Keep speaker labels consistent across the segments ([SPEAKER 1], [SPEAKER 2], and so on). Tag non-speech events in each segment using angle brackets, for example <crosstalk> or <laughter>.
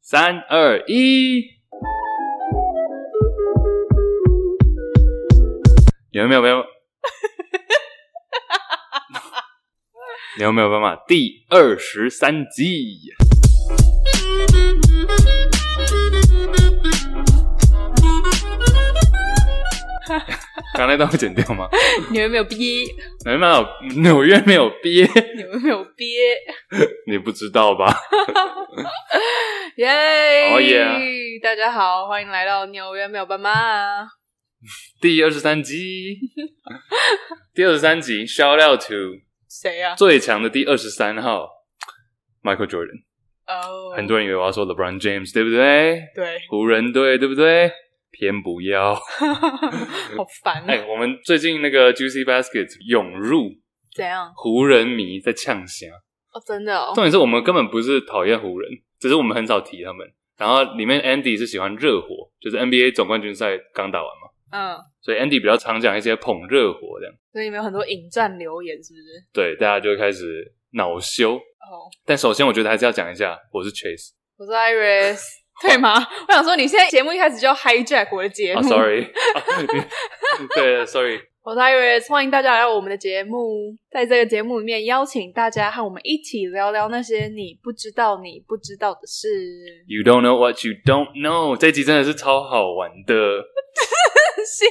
[SPEAKER 1] 三二一，你们没有没有？你们没 <laughs> 有办法？第二十三集，刚才那段会剪掉吗？
[SPEAKER 2] 你们没有憋，
[SPEAKER 1] 纽约没有，纽约没有憋，
[SPEAKER 2] 你们没有憋，
[SPEAKER 1] 你不知道吧？
[SPEAKER 2] 耶！
[SPEAKER 1] Oh yeah
[SPEAKER 2] 大家好，欢迎来到纽约没有爸妈。
[SPEAKER 1] 第二十三集，第二十三集，shout out to
[SPEAKER 2] 谁啊？
[SPEAKER 1] 最强的第二十三号 Michael Jordan。
[SPEAKER 2] 哦，
[SPEAKER 1] 很多人以为我要说 LeBron James，对不对？
[SPEAKER 2] 对， <laughs>
[SPEAKER 1] 湖人队，对不对？偏不要。
[SPEAKER 2] 好烦
[SPEAKER 1] 哎，
[SPEAKER 2] 啊！
[SPEAKER 1] 我们最近那个 Juicy Basket 涌入
[SPEAKER 2] 怎样？
[SPEAKER 1] 湖人迷在呛虾，
[SPEAKER 2] 哦，真的哦
[SPEAKER 1] 重，点是我们根本不是讨厌湖人，只是我们很少提他们。然后里面 Andy 是喜欢热火，就是 NBA 总冠军赛刚打完嘛，
[SPEAKER 2] 嗯，
[SPEAKER 1] 所以 Andy 比较常讲一些捧热火这样，
[SPEAKER 2] 所以你们有很多引战留言，是不是？
[SPEAKER 1] 对，大家就会开始恼羞。
[SPEAKER 2] 哦，
[SPEAKER 1] 但首先，我觉得还是要讲一下，我是 Chase
[SPEAKER 2] 我是 Iris，对吗？我想说，你现在节目一开始就要 hijack 我的节
[SPEAKER 1] 啊、
[SPEAKER 2] 目。
[SPEAKER 1] s o r
[SPEAKER 2] <laughs>
[SPEAKER 1] r y 对，Sorry，
[SPEAKER 2] 我是 Iris，欢迎大家来到我们的节目。在这个节目里面，邀请大家和我们一起聊聊那些你不知道、你不知道的事。
[SPEAKER 1] You don't know what you don't know，这一集真的是超好玩的，
[SPEAKER 2] <laughs> 新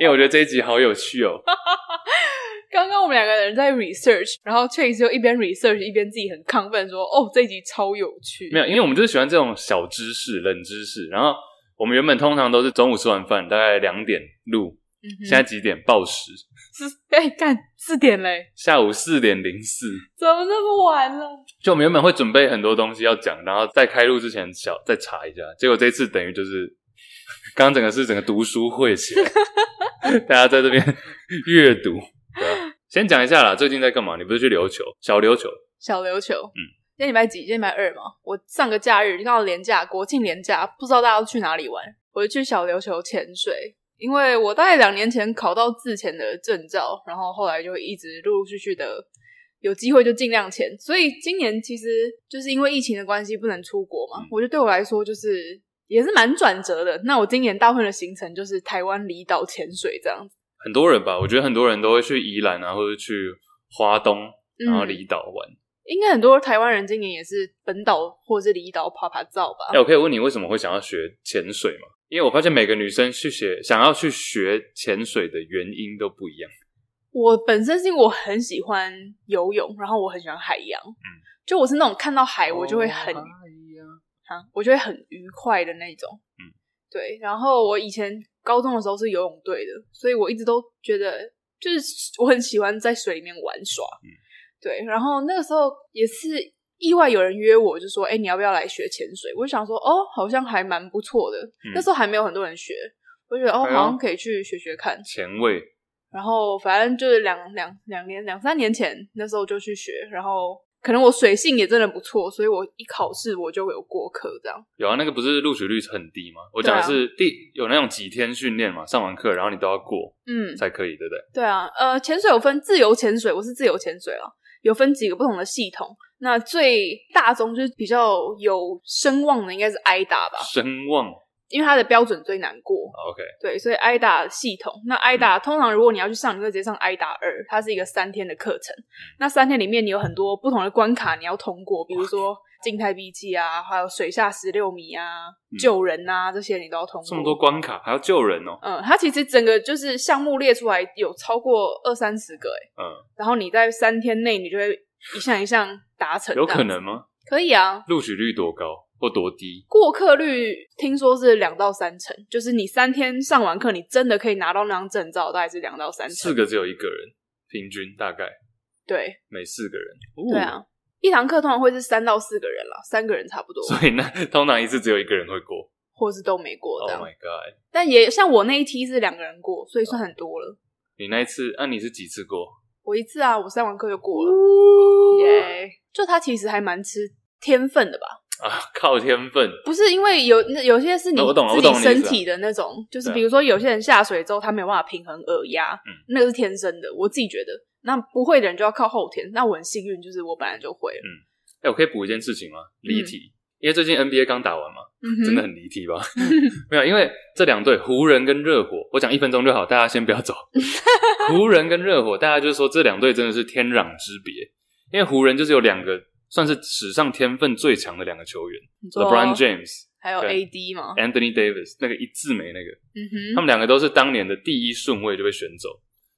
[SPEAKER 1] 因为我觉得这一集好有趣
[SPEAKER 2] <laughs>
[SPEAKER 1] 哦。
[SPEAKER 2] 刚刚我们两个人在 research，然后 Chase 就一边 research 一边自己很亢奋说：“哦，这一集超有趣。”
[SPEAKER 1] 没有，因为我们就是喜欢这种小知识、冷知识。然后我们原本通常都是中午吃完饭，大概两点录，
[SPEAKER 2] 嗯哼，
[SPEAKER 1] 现在几点？报时，
[SPEAKER 2] 是哎干四点嘞，
[SPEAKER 1] 下午四点零四。
[SPEAKER 2] 怎么那么晚了？
[SPEAKER 1] 就我们原本会准备很多东西要讲，然后在开录之前小再查一下，结果这一次等于就是 <laughs> 刚刚整个是整个读书会起来， <laughs> 大家在这边阅读。对啊，先讲一下啦，最近在干嘛？你不是去琉球小琉球？
[SPEAKER 2] 小琉球，嗯，今天礼拜几？今天礼拜二嘛。我上个假日刚好连假，国庆连假，不知道大家都去哪里玩，我就去小琉球潜水。因为我大概两年前考到自潜的证照，然后后来就一直陆陆续续的有机会就尽量潜，所以今年其实就是因为疫情的关系不能出国
[SPEAKER 1] 嗯
[SPEAKER 2] 嘛，我觉得对我来说就是也是蛮转折的。那我今年大部分的行程就是台湾离岛潜水这样子，
[SPEAKER 1] 很多人吧，我觉得很多人都会去宜兰啊，或者去花东，然后
[SPEAKER 2] 嗯、
[SPEAKER 1] 离岛玩。
[SPEAKER 2] 应该很多台湾人今年也是本岛或是离岛爬爬照吧
[SPEAKER 1] 哎、。我可以问你为什么会想要学潜水吗？因为我发现每个女生去学想要去学潜水的原因都不一样。
[SPEAKER 2] 我本身是因为我很喜欢游泳，然后我很喜欢海洋，就我是那种看到海哎我就会很、
[SPEAKER 1] 嗯哦
[SPEAKER 2] 啊，我就会很愉快的那种，
[SPEAKER 1] 嗯，
[SPEAKER 2] 对。然后我以前高中的时候是游泳队的，所以我一直都觉得就是我很喜欢在水里面玩耍，
[SPEAKER 1] 嗯
[SPEAKER 2] 对。然后那个时候也是意外有人约我，就说：“哎、你要不要来学潜水？”我就想说：“哦，好像还蛮不错的。那时候还没有很多人学，我就觉得哦，
[SPEAKER 1] 嗯哎
[SPEAKER 2] 好
[SPEAKER 1] 呦
[SPEAKER 2] 像可以去学学看。
[SPEAKER 1] 前卫
[SPEAKER 2] 然后反正就是两两两年两三年前那时候就去学，然后可能我水性也真的不错，所以我一考试我就有过课这样。
[SPEAKER 1] 有啊，那个不是录取率很低吗？我
[SPEAKER 2] 对
[SPEAKER 1] 讲
[SPEAKER 2] 啊
[SPEAKER 1] 的是第、有那种几天训练嘛，上完课然后你都要过
[SPEAKER 2] 嗯，
[SPEAKER 1] 才可以，对不对？
[SPEAKER 2] 对啊，呃，潜水有分自由潜水，我是自由潜水啊，有分几个不同的系统。那最大宗就是比较有声望的应该是 IDA 吧，
[SPEAKER 1] 声望哦
[SPEAKER 2] 因为它的标准最难过。
[SPEAKER 1] ，OK，
[SPEAKER 2] 对，所以 IDA 系统，那
[SPEAKER 1] 嗯
[SPEAKER 2] IDA 通常如果你要去上，你会直接上 IDA 二，它是一个三天的课
[SPEAKER 1] 嗯
[SPEAKER 2] 程。那三天里面你有很多不同的关卡你要通过，比如说静态闭气啊，还有水下十六米啊、
[SPEAKER 1] 嗯
[SPEAKER 2] 救人啊这些你都要通过。
[SPEAKER 1] 这么多关卡还要救人哦，
[SPEAKER 2] 嗯，它其实整个就是项目列出来有超过二三十个哎，
[SPEAKER 1] 嗯，
[SPEAKER 2] 然后你在三天内你就会一项一项达成，
[SPEAKER 1] 有可能吗？
[SPEAKER 2] 可以啊。
[SPEAKER 1] 录取率多高或多低？
[SPEAKER 2] 过客率听说是两到三成，就是你三天上完课，你真的可以拿到那张证照，大概是两到三成。
[SPEAKER 1] 四个只有一个人，平均大概
[SPEAKER 2] 对
[SPEAKER 1] 每四个人。
[SPEAKER 2] 对，啊，一堂课通常会是三到四个人啦，三个人差不多，
[SPEAKER 1] 所以那通常一次只有一个人会过。
[SPEAKER 2] 或是都没过
[SPEAKER 1] Oh
[SPEAKER 2] 这样。
[SPEAKER 1] my god！
[SPEAKER 2] 但也像我那一梯是两个人过，所以算很多了。
[SPEAKER 1] 你那一次，那、你是几次过？
[SPEAKER 2] 我一次啊，我上完课就过了，耶、就他其实还蛮吃天分的吧？
[SPEAKER 1] 啊，靠天分！
[SPEAKER 2] 不是因为有那有些是你
[SPEAKER 1] 哦我懂了
[SPEAKER 2] 自
[SPEAKER 1] 我懂
[SPEAKER 2] 己
[SPEAKER 1] 你的意
[SPEAKER 2] 身
[SPEAKER 1] 思啊
[SPEAKER 2] 体的那种，就是
[SPEAKER 1] 对啊
[SPEAKER 2] 比如说有些人下水之后他没有办法平衡耳压，
[SPEAKER 1] 嗯
[SPEAKER 2] 那个是天生的，我自己觉得。那不会的人就要靠后天，那我很幸运，就是我本来就会了，
[SPEAKER 1] 哎、我可以补一件事情吗？离题，因为最近 NBA 刚打完嘛，
[SPEAKER 2] 嗯哼
[SPEAKER 1] 真的很离题吧？ <laughs> 没有，因为这两队湖人跟热火，我讲一分钟就好，大家先不
[SPEAKER 2] <laughs>
[SPEAKER 1] 要走。湖人跟热火，大家就是说这两队真的是天壤之别，因为湖人就是有两个算是史上天分最强的两个球员
[SPEAKER 2] 你说哦
[SPEAKER 1] ，LeBron James、
[SPEAKER 2] 还有
[SPEAKER 1] 对
[SPEAKER 2] AD 嘛，
[SPEAKER 1] Anthony Davis，那个一字眉那个，
[SPEAKER 2] 嗯
[SPEAKER 1] 他们
[SPEAKER 2] 哼，
[SPEAKER 1] 两个都是当年的第一顺位就被选走，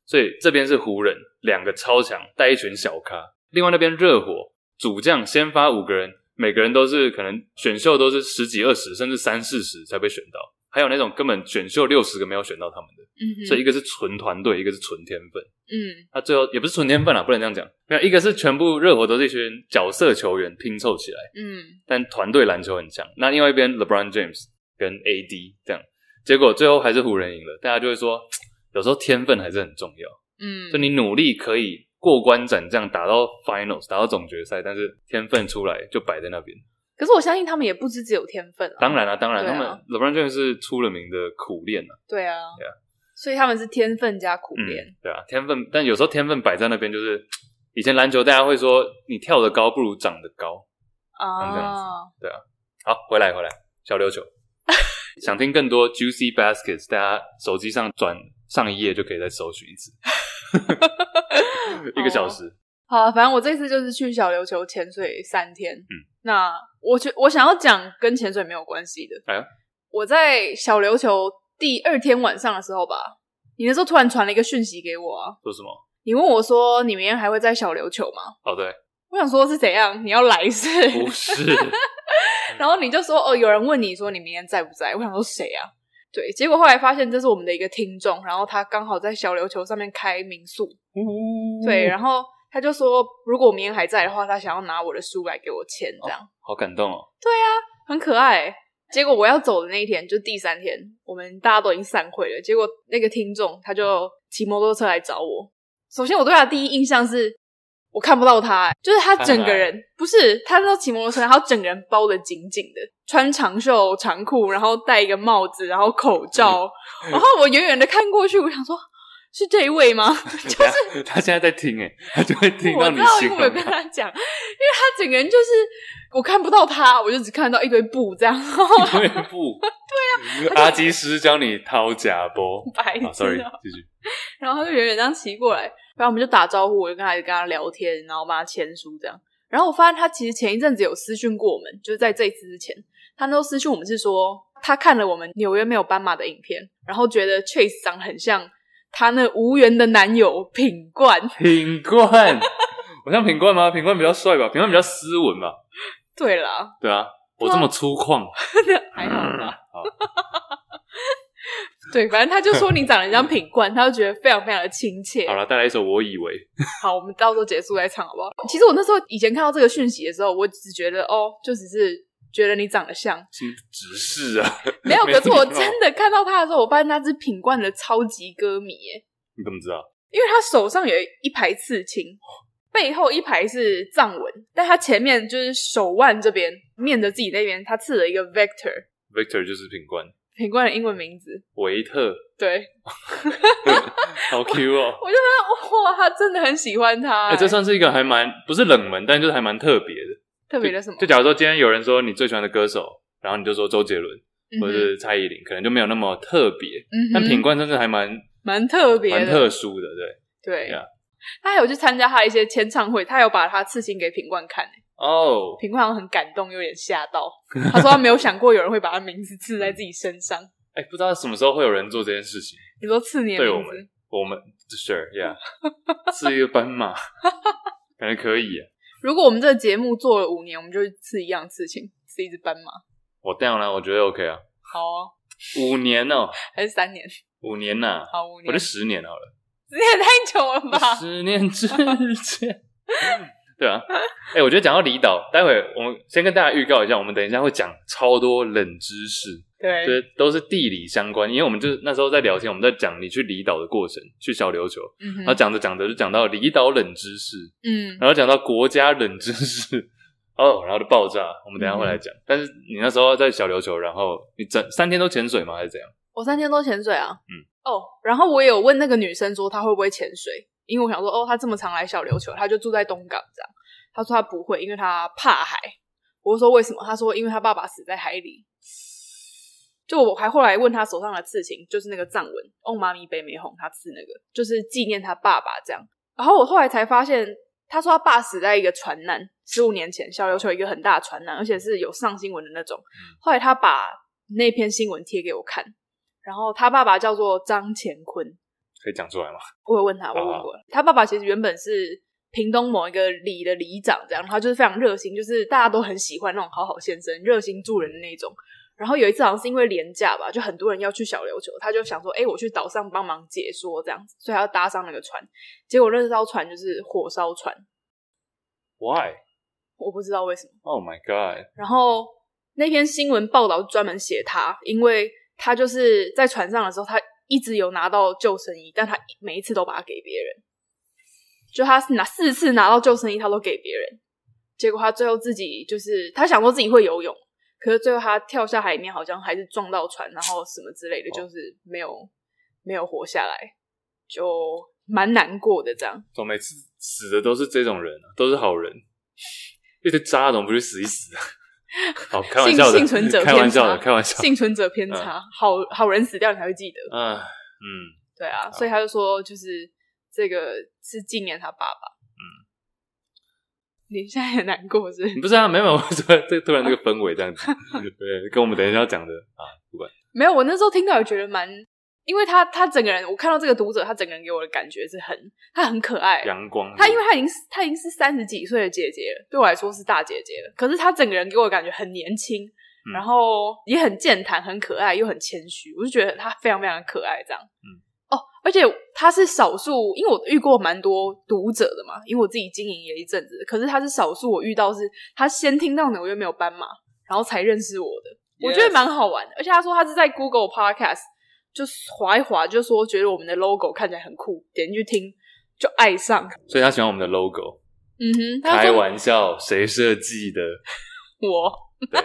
[SPEAKER 1] 所以这边是湖人两个超强带一群小咖，另外那边热火主将先发五个人，每个人都是可能选秀都是十几二十甚至三四十才被选到，还有那种根本选秀六十个没有选到他们的，
[SPEAKER 2] 嗯哼，
[SPEAKER 1] 所以一个是纯团队，一个是纯天分。
[SPEAKER 2] 嗯
[SPEAKER 1] 那、最后也不是纯天分啦，啊不能这样讲。没有一个是全部热火都是一群角色球员拼凑起来。
[SPEAKER 2] 嗯
[SPEAKER 1] 但团队篮球很强。那另外一边 LeBron James 跟 AD 这样，结果最后还是湖人赢了。大家就会说，嘖有时候天分还是很重要，
[SPEAKER 2] 嗯，
[SPEAKER 1] 就你努力可以过关斩将，打到 Finals，打到总决赛，但是天分出来就摆在那边。
[SPEAKER 2] 可是我相信他们也不止只有天分啊，
[SPEAKER 1] 当然啦、当然，
[SPEAKER 2] 对啊
[SPEAKER 1] 他们 LeBron James 是出了名的苦练啊，
[SPEAKER 2] 对啊，
[SPEAKER 1] 对啊
[SPEAKER 2] 所以他们是天分加苦
[SPEAKER 1] 嗯
[SPEAKER 2] 练，，
[SPEAKER 1] 对啊，天分，但有时候天分摆在那边就是。嘖以前篮球大家会说，你跳得高不如长得高。像这样子
[SPEAKER 2] 啊，
[SPEAKER 1] 好，回来回来，小琉 <laughs> 球。想听更多 Juicy Baskets，大家手机上转上一页就可以再搜寻一 <laughs> 次，一个小时。
[SPEAKER 2] 好啊，反正我这次就是去小琉球潜水三天。
[SPEAKER 1] 嗯，
[SPEAKER 2] 那我觉我想要讲跟潜水没有关系的。
[SPEAKER 1] 哎呀
[SPEAKER 2] 我在小琉球第二天晚上的时候吧，你那时候突然传了一个讯息给我啊，
[SPEAKER 1] 说什么？
[SPEAKER 2] 你问我说你明天还会在小琉球吗？
[SPEAKER 1] 哦， <laughs> 对，
[SPEAKER 2] 我想说是怎样，你要来是不是？
[SPEAKER 1] 不是，
[SPEAKER 2] <laughs> 然后你就说哦，有人问你说你明天在不在？我想说谁啊？对，结果后来发现这是我们的一个听众，然后他刚好在小琉球上面开民宿，对，然后他就说如果我明天还在的话，他想要拿我的书来给我签，这样、
[SPEAKER 1] 好感动哦。
[SPEAKER 2] 很可爱。结果我要走的那一天，就第三天，我们大家都已经散会了。结果那个听众他就骑摩托车来找我。首先，我对他的第一印象是我看不到他、欸就是他整个人不是他那时候骑摩托车，然后整个人包的紧紧的，穿长袖长裤，然后戴一个帽子，然后口罩。然后我远远的看过去，我想说，是这一位吗？
[SPEAKER 1] <laughs> 就是他现在在听，哎，他就会听到
[SPEAKER 2] 我
[SPEAKER 1] 你
[SPEAKER 2] 知道，
[SPEAKER 1] 形
[SPEAKER 2] 因为我
[SPEAKER 1] 容
[SPEAKER 2] 有跟
[SPEAKER 1] 他。
[SPEAKER 2] 他讲，因为他整个人就是我看不到他，我就只看到一堆布这样， <laughs> 然后
[SPEAKER 1] 对不？对啊，阿基师教你掏假波。
[SPEAKER 2] 白
[SPEAKER 1] 啊
[SPEAKER 2] 痴
[SPEAKER 1] <laughs> ，sorry，
[SPEAKER 2] 哦
[SPEAKER 1] 继续。
[SPEAKER 2] 然后他就远远这样骑过来，然后我们就打招呼，我就跟他跟他聊天，然后帮他签书这样。然后我发现他其实前一阵子有私讯过我们，就是在这一次之前，他那时候私讯我们是说他看了我们纽约没有斑马的影片，然后觉得 Chase 长得很像他那无缘的男友品冠， <laughs>
[SPEAKER 1] 品冠，我像品冠吗？品冠比较帅吧？品冠比较斯文吧？
[SPEAKER 2] 对啦，
[SPEAKER 1] 对啊，我这么粗犷，
[SPEAKER 2] 还好吧。
[SPEAKER 1] 嗯好
[SPEAKER 2] <laughs> 对，反正他就说你长得很像品冠，他就觉得非常非常的亲切。
[SPEAKER 1] 好了，带来一首《我以为》。
[SPEAKER 2] 好，我们到时候结束再唱好不好？其实我那时候以前看到这个讯息的时候，我只觉得哦，就只是觉得你长得
[SPEAKER 1] <laughs>
[SPEAKER 2] 像，
[SPEAKER 1] 请指示啊！ <laughs>
[SPEAKER 2] 没有。
[SPEAKER 1] 没
[SPEAKER 2] 可是我
[SPEAKER 1] 礼貌
[SPEAKER 2] 真的看到他的时候，我发现他是品冠的超级歌迷耶，
[SPEAKER 1] 你怎么知道？
[SPEAKER 2] 因为他手上有一排刺青，
[SPEAKER 1] 哦
[SPEAKER 2] 背后一排是藏文，但他前面就是手腕这边面着自己那边，他刺了一个 Vector，
[SPEAKER 1] Victor 就是品冠，
[SPEAKER 2] 品冠的英文名字。
[SPEAKER 1] 维特，
[SPEAKER 2] 对，
[SPEAKER 1] 好 Q
[SPEAKER 2] <laughs>
[SPEAKER 1] 哦！
[SPEAKER 2] 我就发现哇，他真的很喜欢他耶、
[SPEAKER 1] 哎、这算是一个还蛮不是冷门，但就是还蛮特别的。
[SPEAKER 2] 欸特别的什么
[SPEAKER 1] 就？假如说今天有人说你最喜欢的歌手，然后你就说周杰伦
[SPEAKER 2] 嗯哼
[SPEAKER 1] 或者是蔡依林，可能就没有那么特别。
[SPEAKER 2] 嗯哼
[SPEAKER 1] 但品冠真的还蛮
[SPEAKER 2] 蛮特别的，
[SPEAKER 1] 蛮特殊的，对。
[SPEAKER 2] 对
[SPEAKER 1] Yeah
[SPEAKER 2] 他还有去参加他一些签唱会，他有把他刺青给品冠看、欸，
[SPEAKER 1] 哦，
[SPEAKER 2] 品冠好像很感动，有点吓
[SPEAKER 1] <laughs>
[SPEAKER 2] 到。他说他没有想过有人会把他名字刺在自己身上。
[SPEAKER 1] 哎，不知道什么时候会有人做这件事情。
[SPEAKER 2] 你说刺你的
[SPEAKER 1] 对我
[SPEAKER 2] 名字
[SPEAKER 1] 们，我们 sure yeah，是一个斑马， <laughs> 感觉可以啊耶。
[SPEAKER 2] 如果我们这个节目做了五年，我们就去刺一样刺青，刺一只斑马。
[SPEAKER 1] 我 down 了，我觉得 OK 啊。
[SPEAKER 2] 好哦，
[SPEAKER 1] 五年哦、
[SPEAKER 2] 还是三年？
[SPEAKER 1] 五年呐、
[SPEAKER 2] 好，五 <laughs>
[SPEAKER 1] 我
[SPEAKER 2] 年
[SPEAKER 1] 这，十年好了。
[SPEAKER 2] 这也太久了吧？
[SPEAKER 1] 十年之前。 <laughs> 对啊，哎、我觉得讲到离岛，待会我们先跟大家预告一下，我们等一下会讲超多冷知识，
[SPEAKER 2] 对
[SPEAKER 1] 对，都是地理相关，因为我们就是那时候在聊天，我们在讲你去离岛的过程，去小琉球，
[SPEAKER 2] 嗯
[SPEAKER 1] 然后
[SPEAKER 2] 哼，
[SPEAKER 1] 讲着讲着就讲到离岛冷知识，
[SPEAKER 2] 嗯，
[SPEAKER 1] 然后讲到国家冷知识，哦，然后就爆炸，我们等一下会来
[SPEAKER 2] 嗯
[SPEAKER 1] 讲。但是你那时候在小琉球，然后你整三天都潜水吗？还是怎样？
[SPEAKER 2] 我三天都潜水啊，
[SPEAKER 1] 嗯，
[SPEAKER 2] 哦，然后我也有问那个女生说她会不会潜水，因为我想说，哦，她这么常来小琉球，她就住在东港这样，她说她不会，因为她怕海。我就说为什么？她说因为她爸爸死在海里。就我还后来问她手上的刺青，就是那个藏文“哦妈咪北美红”，她刺那个就是纪念她爸爸这样。然后我后来才发现，她说她爸死在一个船难，十五年前小琉球一个很大的船难，而且是有上新闻的那种。后来她把那篇新闻贴给我看，然后他爸爸叫做张乾坤，
[SPEAKER 1] 可以讲出来吗？
[SPEAKER 2] 我有问他，我
[SPEAKER 1] 好好
[SPEAKER 2] 问过了。他爸爸其实原本是屏东某一个里的里长，这样，他就是非常热心，就是大家都很喜欢那种好好先生、热心助人的那种。然后有一次好像是因为廉价吧，就很多人要去小琉球，他就想说，哎、我去岛上帮忙解说这样子，所以他要搭上那个船。结果那艘船就是火烧船，
[SPEAKER 1] Why?
[SPEAKER 2] 我不知道为什么。
[SPEAKER 1] Oh my god！
[SPEAKER 2] 然后那篇新闻报道专门写他，因为他就是在船上的时候，他一直有拿到救生衣，但他每一次都把它给别人，就他拿四次拿到救生衣，他都给别人，结果他最后自己就是他想说自己会游泳，可是最后他跳下海里面，好像还是撞到船，然后什么之类的，
[SPEAKER 1] 哦
[SPEAKER 2] 就是没有没有活下来，就蛮难过的这样。
[SPEAKER 1] 总每次死的都是这种人、啊，都是好人，一堆渣，怎么不去死一死啊？好，开玩
[SPEAKER 2] 幸
[SPEAKER 1] 笑的，
[SPEAKER 2] 幸存者
[SPEAKER 1] 开玩
[SPEAKER 2] 偏
[SPEAKER 1] 笑的，
[SPEAKER 2] 差，
[SPEAKER 1] 开玩笑的。
[SPEAKER 2] 幸存者偏差，好好人死掉你才会记得。
[SPEAKER 1] 嗯嗯，
[SPEAKER 2] 对啊，所以他就说，就是这个是纪念他爸爸。嗯，你现在很难过是不 <laughs> 是？
[SPEAKER 1] 不是啊，没有，我突然这突然这个氛围这样
[SPEAKER 2] <laughs>
[SPEAKER 1] 子，对，跟我们等一下要讲的啊，不管，
[SPEAKER 2] 没有，我那时候听到也觉得蛮，因为他他整个人，我看到这个读者，他整个人给我的感觉是很，他很可爱。
[SPEAKER 1] 阳光，
[SPEAKER 2] 他因为他已经是他已经是三十几岁的姐姐了，对我来说是大姐姐了。可是他整个人给我的感觉很年轻，
[SPEAKER 1] 嗯
[SPEAKER 2] 然后也很健谈，很可爱，又很谦虚。我就觉得他非常非常可爱，这样。
[SPEAKER 1] 嗯，
[SPEAKER 2] 哦，而且他是少数，因为我遇过蛮多读者的嘛，因为我自己经营也一阵子。可是他是少数，我遇到是他先听到纽约没有斑马，然后才认识我的。我觉得
[SPEAKER 1] Yes
[SPEAKER 2] 蛮好玩的，而且他说他是在 Google Podcast 就划一划，就说觉得我们的 logo 看起来很酷，点进去听就爱上。
[SPEAKER 1] 所以他喜欢我们的 logo，
[SPEAKER 2] 嗯哼，他
[SPEAKER 1] 开
[SPEAKER 2] 说
[SPEAKER 1] 玩笑，谁设计的？
[SPEAKER 2] 我， <laughs>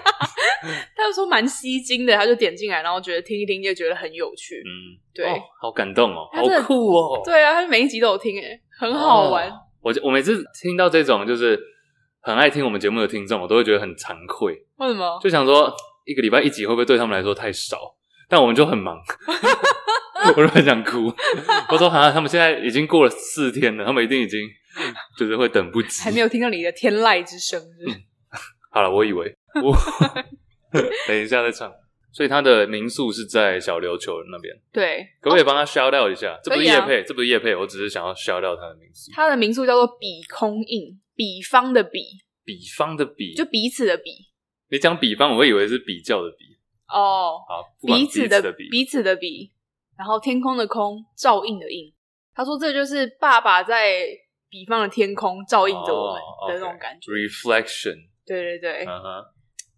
[SPEAKER 2] 他就说蛮吸睛的，他就点进来，然后觉得听一听就觉得很有趣。
[SPEAKER 1] 嗯，
[SPEAKER 2] <laughs> 对
[SPEAKER 1] 哦好感动哦，
[SPEAKER 2] 他
[SPEAKER 1] 好
[SPEAKER 2] 真的
[SPEAKER 1] 酷哦，，
[SPEAKER 2] 对啊，他每一集都有听，诶，很好玩。
[SPEAKER 1] 哦我我每次听到这种就是很爱听我们节目的听众，我都会觉得很惭愧，
[SPEAKER 2] 为什么？
[SPEAKER 1] 就想说一个礼拜一集会不会对他们来说太少？但我们就很
[SPEAKER 2] <laughs>
[SPEAKER 1] 忙，我就很想哭。我说啊，他们现在已经过了四天了，他们一定已经就是会等不及。
[SPEAKER 2] 还没有听到你的天籁之声，是
[SPEAKER 1] 嗯
[SPEAKER 2] 不是
[SPEAKER 1] 好了，我以
[SPEAKER 2] <laughs>
[SPEAKER 1] 为我等一下再唱。所以他的民宿是在小琉球那边，
[SPEAKER 2] 对，
[SPEAKER 1] 可不可以帮他 shout out 一下？这不是
[SPEAKER 2] 哦可以啊
[SPEAKER 1] 叶配，这不是叶配，我只是想要 shout out 他的民宿。
[SPEAKER 2] 他的名宿叫做比空印，比方的比，
[SPEAKER 1] 比方的比，
[SPEAKER 2] 就彼此的比
[SPEAKER 1] 你讲比方，我会以为是比较的比。
[SPEAKER 2] 哦，
[SPEAKER 1] 好，不管
[SPEAKER 2] 彼
[SPEAKER 1] 彼
[SPEAKER 2] 此
[SPEAKER 1] 的
[SPEAKER 2] 的彼此的彼，然后天空的空，照应的应。他说这就是爸爸在比方的天空照应着我们
[SPEAKER 1] 哦
[SPEAKER 2] 的那种
[SPEAKER 1] OK
[SPEAKER 2] 感觉。
[SPEAKER 1] reflection，
[SPEAKER 2] 对对对，
[SPEAKER 1] 嗯哼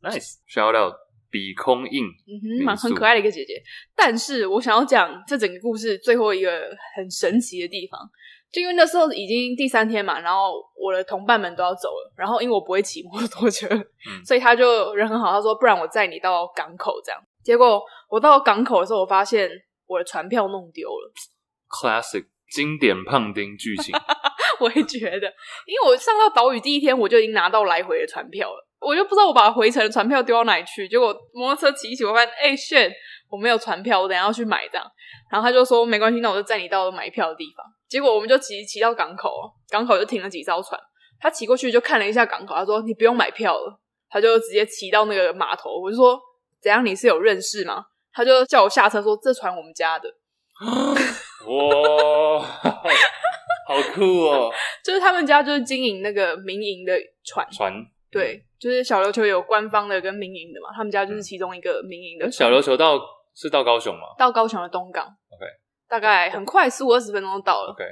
[SPEAKER 1] ，nice，shout out 比空印，
[SPEAKER 2] 嗯
[SPEAKER 1] 民
[SPEAKER 2] 哼，蛮很
[SPEAKER 1] 宿
[SPEAKER 2] 可爱的一个姐姐。但是我想要讲这整个故事最后一个很神奇的地方，就因为那时候已经第三天嘛，然后我的同伴们都要走了，然后因为我不会骑摩托车，所以他就人很好，他说不然我载你到港口这样。结果我到港口的时候，我发现我的船票弄丢了。
[SPEAKER 1] classic 经典胖丁剧情，
[SPEAKER 2] 我也觉得，因为我上到岛屿第一天，我就已经拿到来回的船票了，我就不知道我把回程的船票丢到哪里去。结果摩托车骑一骑，我发现，哎、shit，我没有船票，我等一下要去买这样。然后他就说没关系，那我就载你到买票的地方。结果我们就骑骑到港口，哦港口就停了几艘船。他骑过去就看了一下港口，他说你不用买票了，他就直接骑到那个码头。我就说怎样，你是有认识吗？他就叫我下车说这船我们家的，
[SPEAKER 1] <laughs> 哇，好酷哦！
[SPEAKER 2] 就是他们家就是经营那个民营的船。
[SPEAKER 1] 船
[SPEAKER 2] 对，就是小琉球有官方的跟民营的嘛，他们家就是其中一个民营的。
[SPEAKER 1] 嗯小琉球到是到高雄吗？
[SPEAKER 2] 到高雄的东港
[SPEAKER 1] OK
[SPEAKER 2] 大概很快十五二十分钟就到了。
[SPEAKER 1] OK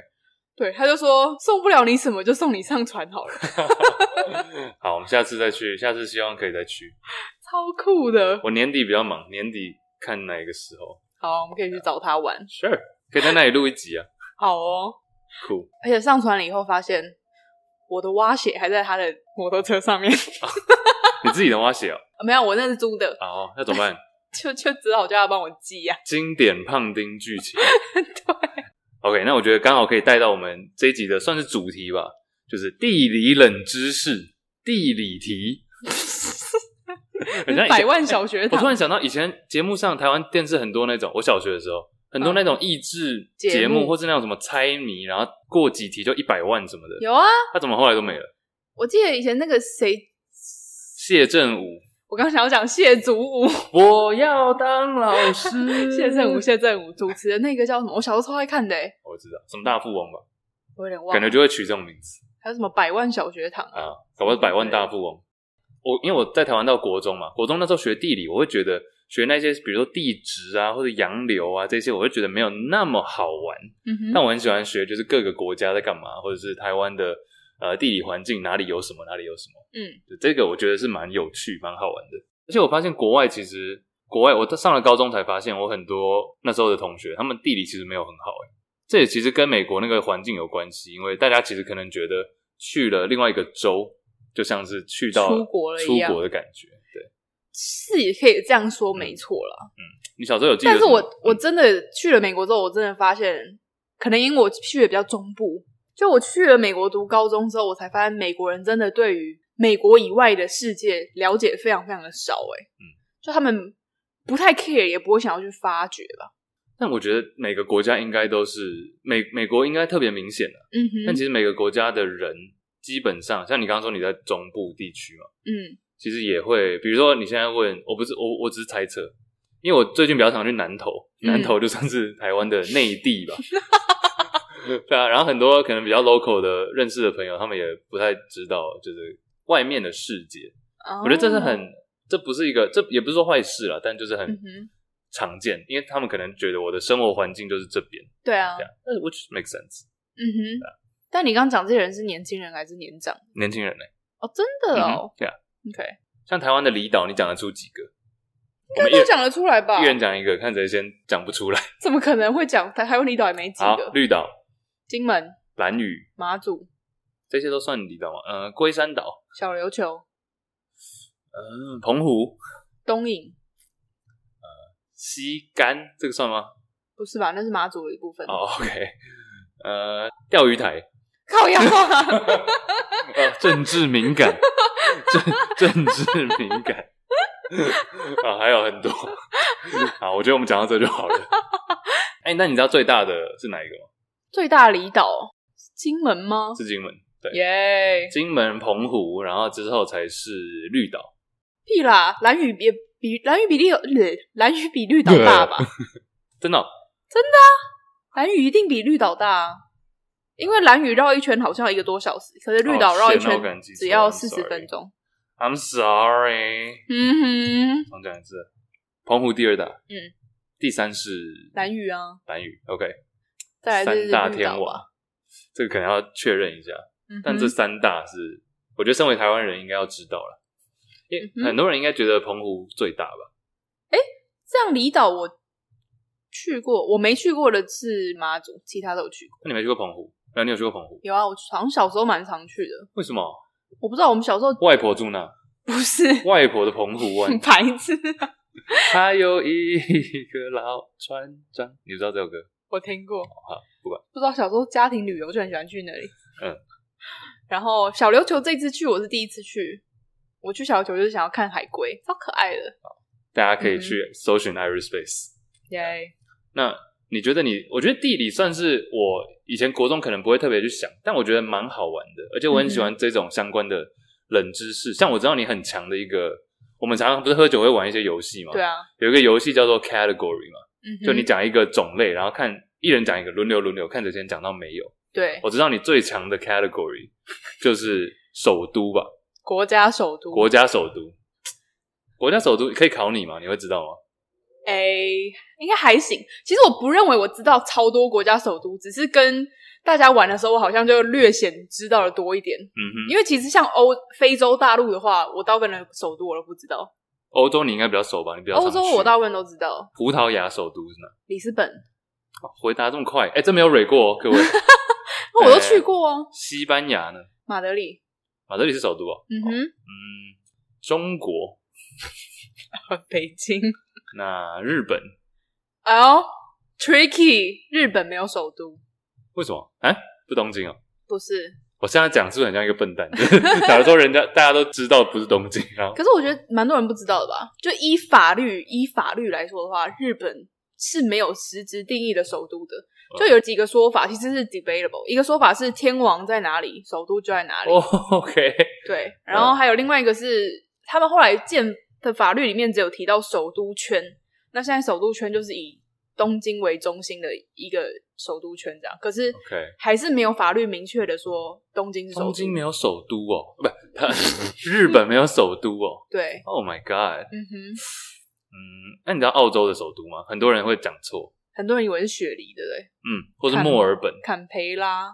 [SPEAKER 2] 对，他就说送不了你什么，就送你上船
[SPEAKER 1] <laughs>
[SPEAKER 2] 好了，
[SPEAKER 1] 好，我们下次再去，下次希望可以再去。
[SPEAKER 2] 超酷的。
[SPEAKER 1] 我年底比较忙，年底看哪个时候
[SPEAKER 2] 好，我们可以去找他玩。
[SPEAKER 1] ？Sure，可以在那里录一集啊，
[SPEAKER 2] 好哦，
[SPEAKER 1] 酷。
[SPEAKER 2] 而且上船了以后发现我的蛙鞋还在他的摩托车上面， <laughs>
[SPEAKER 1] 你自己能挖鞋 <laughs> 哦？
[SPEAKER 2] 没有，我那是租的，
[SPEAKER 1] 哦，那怎么办？
[SPEAKER 2] 就就只好叫他帮我寄啊呀、
[SPEAKER 1] 经典胖丁剧情。
[SPEAKER 2] <laughs> 对，
[SPEAKER 1] OK，那我觉得刚好可以带到我们这一集的算是主题吧，就是地理冷知识、地理
[SPEAKER 2] <laughs>
[SPEAKER 1] 题。很像以前哎
[SPEAKER 2] 百万小学
[SPEAKER 1] 我
[SPEAKER 2] 堂，
[SPEAKER 1] 突然想到，以前节目上台湾电视很多那种，我小学的时候很多那种益智节
[SPEAKER 2] 节
[SPEAKER 1] 目，
[SPEAKER 2] 目
[SPEAKER 1] 或是那种什么猜谜，然后过几题就一百万什么的，
[SPEAKER 2] 有啊，
[SPEAKER 1] 他怎么后来都没了？
[SPEAKER 2] 我记得以前那个谁，
[SPEAKER 1] 谢振武，
[SPEAKER 2] 我刚想要讲谢祖武，
[SPEAKER 1] 我要当老
[SPEAKER 2] <laughs>
[SPEAKER 1] 师
[SPEAKER 2] 谢振武，谢振武主持的那个叫什么？我小时候超爱看的、欸，
[SPEAKER 1] 我知道，什么大富翁吧，
[SPEAKER 2] 我有点忘
[SPEAKER 1] 感
[SPEAKER 2] 了
[SPEAKER 1] 觉，就会取这种名字
[SPEAKER 2] 还有什么百万小学堂啊？
[SPEAKER 1] 啊，搞不好百万大富翁。我因为我在台湾到国中嘛，国中那时候学地理，我会觉得学那些比如说地质啊或者洋流啊这些，我会觉得没有那么好玩。
[SPEAKER 2] 嗯
[SPEAKER 1] 但
[SPEAKER 2] 哼，
[SPEAKER 1] 我很喜欢学，就是各个国家在干嘛，或者是台湾的呃地理环境哪里有什么，哪里有什么。
[SPEAKER 2] 嗯，
[SPEAKER 1] 就这个我觉得是蛮有趣、蛮好玩的。而且我发现国外其实，国外我上了高中才发现，我很多那时候的同学，他们地理其实没有很好、欸。这也其实跟美国那个环境有关系，因为大家其实可能觉得去了另外一个州，就像是去到
[SPEAKER 2] 出国了
[SPEAKER 1] 出
[SPEAKER 2] 一样
[SPEAKER 1] 国的感觉。对，
[SPEAKER 2] 是也可以这样说，没错啦。
[SPEAKER 1] 你小时候有记得
[SPEAKER 2] 但
[SPEAKER 1] 什
[SPEAKER 2] 是
[SPEAKER 1] 么？嗯
[SPEAKER 2] 我我真的去了美国之后，我真的发现，可能因为我去的比较中部，就我去了美国读高中之后，我才发现美国人真的对于美国以外的世界了解非常非常的少、欸，哎，
[SPEAKER 1] 嗯
[SPEAKER 2] 就他们不太 care，也不会想要去发掘吧，
[SPEAKER 1] 但我觉得每个国家应该都是美美国应该特别明显的、
[SPEAKER 2] 嗯
[SPEAKER 1] 但
[SPEAKER 2] 哼，
[SPEAKER 1] 其实每个国家的人基本上，像你刚刚说你在中部地区嘛，
[SPEAKER 2] 嗯，
[SPEAKER 1] 其实也会，比如说你现在问我，不是我，我只是猜测，因为我最近比较常去南投，
[SPEAKER 2] 嗯
[SPEAKER 1] 南投就算是台湾的内地
[SPEAKER 2] <laughs>
[SPEAKER 1] 吧。对啊，然后很多可能比较 local 的认识的朋友，他们也不太知道，就是外面的世界。
[SPEAKER 2] 哦
[SPEAKER 1] 我觉得这是很，这不是一个，这也不是说坏事啦，但就是
[SPEAKER 2] 嗯
[SPEAKER 1] 很
[SPEAKER 2] 哼，
[SPEAKER 1] 常见，因为他们可能觉得我的生活环境就是这边，
[SPEAKER 2] 对啊
[SPEAKER 1] 这，样，但是 which makes sense。
[SPEAKER 2] 嗯哼。但你刚刚讲这些人是年轻人还是年长？
[SPEAKER 1] 年轻人呢、
[SPEAKER 2] 哦，真的
[SPEAKER 1] 嗯
[SPEAKER 2] 哦
[SPEAKER 1] 哼、对啊，
[SPEAKER 2] ，OK，
[SPEAKER 1] 像台湾的离岛，你讲得出几个？我
[SPEAKER 2] 应
[SPEAKER 1] 们
[SPEAKER 2] 该
[SPEAKER 1] 一
[SPEAKER 2] 都讲得出来吧
[SPEAKER 1] 一？人讲一个，看谁先讲不出来。
[SPEAKER 2] 怎么可能会讲？台台湾离岛也没几
[SPEAKER 1] 好，
[SPEAKER 2] 个，
[SPEAKER 1] 绿岛、
[SPEAKER 2] 金门、
[SPEAKER 1] 蓝屿
[SPEAKER 2] 马祖、
[SPEAKER 1] 这些都算离岛吗？呃，龟山岛、
[SPEAKER 2] 小琉球、
[SPEAKER 1] 嗯，澎湖、
[SPEAKER 2] 东引，
[SPEAKER 1] 西干，这个算吗？
[SPEAKER 2] 不是吧？那是马祖的一部分。
[SPEAKER 1] 哦，OK，呃，钓鱼 <laughs> 台，
[SPEAKER 2] <laughs> 靠腰啊！
[SPEAKER 1] 呃政治敏感，政政治敏感， <laughs> 啊，还有很多。好，我觉得我们讲到这就好
[SPEAKER 2] <laughs>
[SPEAKER 1] 了。哎、那你知道最大的是哪一个吗？
[SPEAKER 2] <laughs> 最大离岛是金门吗？
[SPEAKER 1] 是金门，对
[SPEAKER 2] 耶，
[SPEAKER 1] 金门、澎湖，然后之后才是绿岛。
[SPEAKER 2] 屁啦！蓝屿比比蓝屿比绿呃蓝屿比绿岛大
[SPEAKER 1] 啊
[SPEAKER 2] 吧？
[SPEAKER 1] 真的哦、
[SPEAKER 2] 蓝屿一定比绿岛大啊，因为蓝屿绕一圈好像要一个多小时，可是绿岛绕一
[SPEAKER 1] 哦是那我可能
[SPEAKER 2] 圈
[SPEAKER 1] 记错
[SPEAKER 2] 只要
[SPEAKER 1] I'm
[SPEAKER 2] 四
[SPEAKER 1] sorry
[SPEAKER 2] 十分钟。
[SPEAKER 1] i m sorry。
[SPEAKER 2] 嗯哼，
[SPEAKER 1] 重讲一次，澎湖第二大，
[SPEAKER 2] 嗯，
[SPEAKER 1] 第三是
[SPEAKER 2] 蓝屿啊，
[SPEAKER 1] 蓝屿，OK，
[SPEAKER 2] 再来就是
[SPEAKER 1] 三大
[SPEAKER 2] 绿
[SPEAKER 1] 天
[SPEAKER 2] 岛
[SPEAKER 1] 王
[SPEAKER 2] 吧。，
[SPEAKER 1] 这个可能要确认一下。
[SPEAKER 2] 嗯哼
[SPEAKER 1] 但这三大是，我觉得身为台湾人应该要知道了，因
[SPEAKER 2] 嗯哼
[SPEAKER 1] 为很多人应该觉得澎湖最大吧？
[SPEAKER 2] 这样离岛我去过，我没去过的是马祖，其他都有去过。
[SPEAKER 1] 那你没去过澎湖？那你有去过澎湖？
[SPEAKER 2] 有啊，我好像小时候蛮常去的。
[SPEAKER 1] 为什么？
[SPEAKER 2] 我不知道我们小时候
[SPEAKER 1] 外婆住那，
[SPEAKER 2] 不是
[SPEAKER 1] 外婆的澎湖湾
[SPEAKER 2] <laughs> 很，白痴啊！
[SPEAKER 1] 还有一个老船长，你知道这首歌？
[SPEAKER 2] 我听过，好
[SPEAKER 1] 不管，
[SPEAKER 2] 不知道小时候家庭旅游就很喜欢去那里。
[SPEAKER 1] 嗯，
[SPEAKER 2] 然后小琉球这次去我是第一次去，我去小琉球就是想要看海龟，超可爱的，
[SPEAKER 1] 大家
[SPEAKER 2] 嗯
[SPEAKER 1] 可以去搜寻 Iris Space。
[SPEAKER 2] 耶！
[SPEAKER 1] 那你觉得你？我觉得地理算是我以前国中可能不会特别去想，但我觉得蛮好玩的，而且
[SPEAKER 2] 嗯
[SPEAKER 1] 我很喜欢这种相关的冷知识。像我知道你很强的一个，我们常常不是喝酒会玩一些游戏嘛？
[SPEAKER 2] 对啊，
[SPEAKER 1] 有一个游戏叫做 category 嘛，
[SPEAKER 2] 嗯哼，
[SPEAKER 1] 就你讲一个种类，然后看一人讲一个，轮流轮流，看谁先讲到没有。
[SPEAKER 2] 对
[SPEAKER 1] 我知道你最强的 category 就是首都吧，
[SPEAKER 2] 国家首都，
[SPEAKER 1] 国家首都。国家首都可以考你吗？你会知道吗？
[SPEAKER 2] 哎、应该还行。其实我不认为我知道超多国家首都，只是跟大家玩的时候，我好像就略显知道的多一点。
[SPEAKER 1] 嗯哼，
[SPEAKER 2] 因为其实像欧非洲大陆的话，我大部分的首都我都不知道，
[SPEAKER 1] 欧洲你应该比较熟吧？你比较常
[SPEAKER 2] 欧洲
[SPEAKER 1] 去
[SPEAKER 2] 我大部分都知道，
[SPEAKER 1] 葡萄牙首都是哪？
[SPEAKER 2] 里斯本，
[SPEAKER 1] 哦回答这么快，哎，这没有蕊过哦，各
[SPEAKER 2] <laughs>
[SPEAKER 1] 位。
[SPEAKER 2] 那我都去过啊，
[SPEAKER 1] 西班牙呢？
[SPEAKER 2] 马德里，
[SPEAKER 1] 马德里是首都哦。
[SPEAKER 2] 嗯
[SPEAKER 1] <laughs>
[SPEAKER 2] 哼，
[SPEAKER 1] 嗯，中国，
[SPEAKER 2] 北京，
[SPEAKER 1] 那日本
[SPEAKER 2] 哎呦，tricky，日本没有首都，
[SPEAKER 1] 为什么？哎，不东京哦。
[SPEAKER 2] 不是，
[SPEAKER 1] 我现在讲是不是很像一个笨蛋？ <laughs> 就是假如说人家大家都知道不是东京，啊
[SPEAKER 2] <laughs>
[SPEAKER 1] 然后
[SPEAKER 2] 可是我觉得蛮多人不知道的吧？就依法律依法律来说的话，日本是没有实质定义的首都的。
[SPEAKER 1] 嗯
[SPEAKER 2] 就有几个说法，其实是 debatable。一个说法是天王在哪里，首都就在哪里。
[SPEAKER 1] 哦，OK，
[SPEAKER 2] <laughs>
[SPEAKER 1] 嗯
[SPEAKER 2] 对，然后还有另外一个是，他们后来建的法律里面只有提到首都圈，那现在首都圈就是以东京为中心的一个首都圈这样，可是
[SPEAKER 1] OK
[SPEAKER 2] 还是没有法律明确的说东京是首
[SPEAKER 1] 东
[SPEAKER 2] 都。
[SPEAKER 1] 京没有首都哦，不， <laughs> 它日本没有首都哦。
[SPEAKER 2] 对，
[SPEAKER 1] Oh my god，
[SPEAKER 2] 嗯哼，
[SPEAKER 1] 嗯，那你知道澳洲的首都吗？很多人会讲错，
[SPEAKER 2] 很多人以为是雪梨，对不对？
[SPEAKER 1] 嗯，或是
[SPEAKER 2] 坎
[SPEAKER 1] 墨尔本，
[SPEAKER 2] 坎培拉，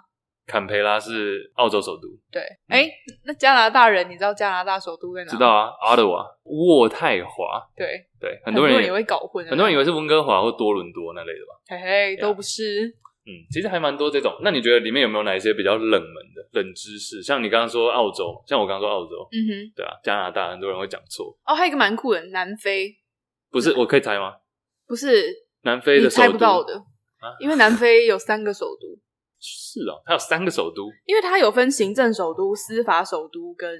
[SPEAKER 1] 坎培拉是澳洲首都，
[SPEAKER 2] 对，哎、那加拿大人，你知道加拿大首都在哪？
[SPEAKER 1] 嗯知道。啊，Ottawa，渥太华，
[SPEAKER 2] 对，
[SPEAKER 1] 对，
[SPEAKER 2] 很
[SPEAKER 1] 很多人
[SPEAKER 2] 也会搞混，
[SPEAKER 1] 很多人以
[SPEAKER 2] 为，
[SPEAKER 1] 为是温哥华或多伦多那类的吧？
[SPEAKER 2] 嘿嘿，
[SPEAKER 1] 对
[SPEAKER 2] 都
[SPEAKER 1] 啊
[SPEAKER 2] 不是。
[SPEAKER 1] 嗯，其实还蛮多这种。那你觉得里面有没有哪一些比较冷门的冷知识？像你刚刚说澳洲，像我刚刚说澳洲，
[SPEAKER 2] 嗯哼，
[SPEAKER 1] 对啊，加拿大很多人会讲错，
[SPEAKER 2] 哦，还有一个蛮酷的，南非
[SPEAKER 1] 不是？我可以猜吗？
[SPEAKER 2] 不是
[SPEAKER 1] 南非
[SPEAKER 2] 你
[SPEAKER 1] 的首都
[SPEAKER 2] 猜不到的，
[SPEAKER 1] 啊
[SPEAKER 2] 因为南非有三个首都，
[SPEAKER 1] 是哦，它有三个首都。
[SPEAKER 2] 因为它有分行政首都、司法首都跟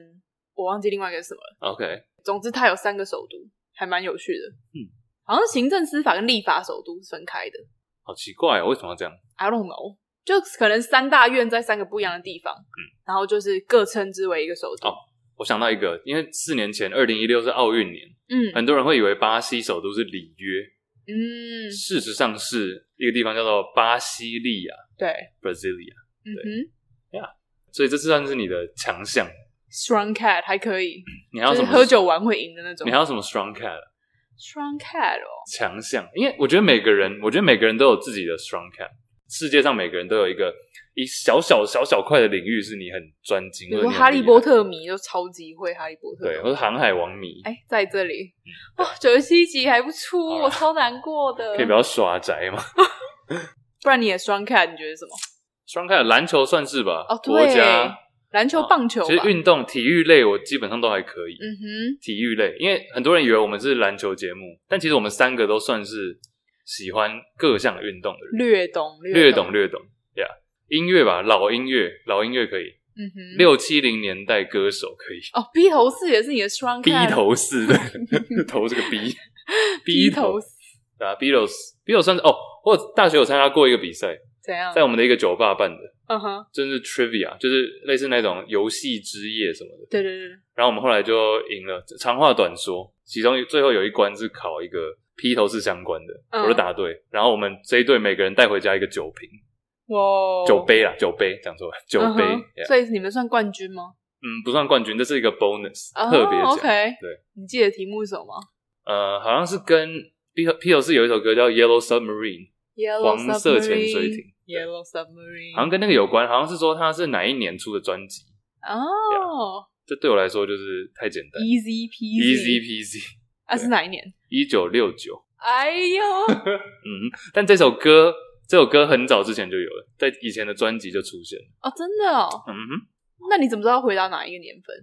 [SPEAKER 2] 我忘记另外一个是什么了。
[SPEAKER 1] OK，
[SPEAKER 2] 总之，它有三个首都，还蛮有趣的。
[SPEAKER 1] 嗯，
[SPEAKER 2] 好像行政、司法跟立法首都是分开的。
[SPEAKER 1] 好奇怪哦，为什么要这样？
[SPEAKER 2] I don't know，就可能三大院在三个不一样的地方，嗯，然后就是各称之为一个首都。
[SPEAKER 1] 哦我想到一个，因为四年前二零一六是奥运年，
[SPEAKER 2] 嗯
[SPEAKER 1] 很多人会以为巴西首都是里约，
[SPEAKER 2] 嗯，
[SPEAKER 1] 事实上是一个地方叫做巴西利亚
[SPEAKER 2] 对，
[SPEAKER 1] （Brasilia），
[SPEAKER 2] 嗯哼
[SPEAKER 1] 所以这算是你的强项。
[SPEAKER 2] ，strong cat 还可以，
[SPEAKER 1] 你还
[SPEAKER 2] 就
[SPEAKER 1] 有
[SPEAKER 2] 是
[SPEAKER 1] 什么？
[SPEAKER 2] 喝酒玩会赢的那种
[SPEAKER 1] 你。还有什么 strong cat？
[SPEAKER 2] strong cat 哦，
[SPEAKER 1] 强项，因为我觉得每个人，我觉得每个人都有自己的 strong c a t 世界上每个人都有一个一小小小小块的领域是你很专精，
[SPEAKER 2] 比
[SPEAKER 1] 或
[SPEAKER 2] 如
[SPEAKER 1] 者
[SPEAKER 2] 说
[SPEAKER 1] 你很
[SPEAKER 2] 哈利波
[SPEAKER 1] 厉
[SPEAKER 2] 特迷就超级会哈利波特，
[SPEAKER 1] 害，对，或者航海王迷，
[SPEAKER 2] 哎，在这里哇，九十七集还不出，
[SPEAKER 1] 好啦啊
[SPEAKER 2] 我超难过的。
[SPEAKER 1] 可以不要耍宅嘛。
[SPEAKER 2] 不然你也双看，你觉得什么？
[SPEAKER 1] strong c a t 篮球算是吧，
[SPEAKER 2] 哦，
[SPEAKER 1] 国
[SPEAKER 2] 对
[SPEAKER 1] 家，
[SPEAKER 2] 篮球、
[SPEAKER 1] 啊
[SPEAKER 2] 棒球
[SPEAKER 1] 其
[SPEAKER 2] 吧
[SPEAKER 1] 实。运动体育类我基本上都还可以。
[SPEAKER 2] 嗯哼，
[SPEAKER 1] 体育类，因为很多人以为我们是篮球节目，但其实我们三个都算是喜欢各项运动的人，
[SPEAKER 2] 略懂
[SPEAKER 1] 略
[SPEAKER 2] 懂
[SPEAKER 1] 懂。略懂呀。音乐吧，老音乐，老音乐可以，
[SPEAKER 2] 嗯哼，
[SPEAKER 1] 六七零年代歌手可以。
[SPEAKER 2] 哦，B 头四也是你的双
[SPEAKER 1] 逼
[SPEAKER 2] 看。
[SPEAKER 1] 头似
[SPEAKER 2] <laughs>
[SPEAKER 1] 的头是个逼，
[SPEAKER 2] B
[SPEAKER 1] 逼
[SPEAKER 2] 头
[SPEAKER 1] 头
[SPEAKER 2] 四
[SPEAKER 1] 对啊，Beatles，Beatles 算是哦，我大学有参加过一个比赛，
[SPEAKER 2] 怎样
[SPEAKER 1] 在？我们的一个酒吧办的，
[SPEAKER 2] 嗯哼，
[SPEAKER 1] 就是 trivia，就是类似那种游戏之夜什么的。
[SPEAKER 2] 对对对，
[SPEAKER 1] 然后我们后来就赢了，长话短说，其中最后有一关是考一个披头士相关的，
[SPEAKER 2] 嗯
[SPEAKER 1] 我就答对。然后我们这一队每个人带回家一个酒瓶、
[SPEAKER 2] 哇哦，
[SPEAKER 1] 酒杯啦，酒杯讲错了，酒
[SPEAKER 2] 嗯
[SPEAKER 1] 杯。
[SPEAKER 2] 哼
[SPEAKER 1] yeah
[SPEAKER 2] 所以你们算冠军吗？
[SPEAKER 1] 嗯，不算冠军，这是一个 bonus，、
[SPEAKER 2] 哦
[SPEAKER 1] 特别奖。
[SPEAKER 2] OK，
[SPEAKER 1] 对，
[SPEAKER 2] 你记得题目是什么吗
[SPEAKER 1] 呃，好像是跟披头披头士有一首歌叫《Yellow Submarine》，
[SPEAKER 2] ？Yellow
[SPEAKER 1] 黄色潜水艇
[SPEAKER 2] submarine, Yellow Submarine，
[SPEAKER 1] 好像跟那个有关，好像是说它是哪一年出的专辑。
[SPEAKER 2] 哦
[SPEAKER 1] 这对我来说就是太简单
[SPEAKER 2] ，Easy
[SPEAKER 1] ，easy
[SPEAKER 2] Peasy，
[SPEAKER 1] peasy，
[SPEAKER 2] 啊是哪一年？
[SPEAKER 1] 一九六九。
[SPEAKER 2] 哎呦，
[SPEAKER 1] 嗯，但这首歌这首歌很早之前就有了，在以前的专辑就出现了。
[SPEAKER 2] <laughs> 哦真的哦，
[SPEAKER 1] 嗯哼，
[SPEAKER 2] 那你怎么知道回答哪一个年份？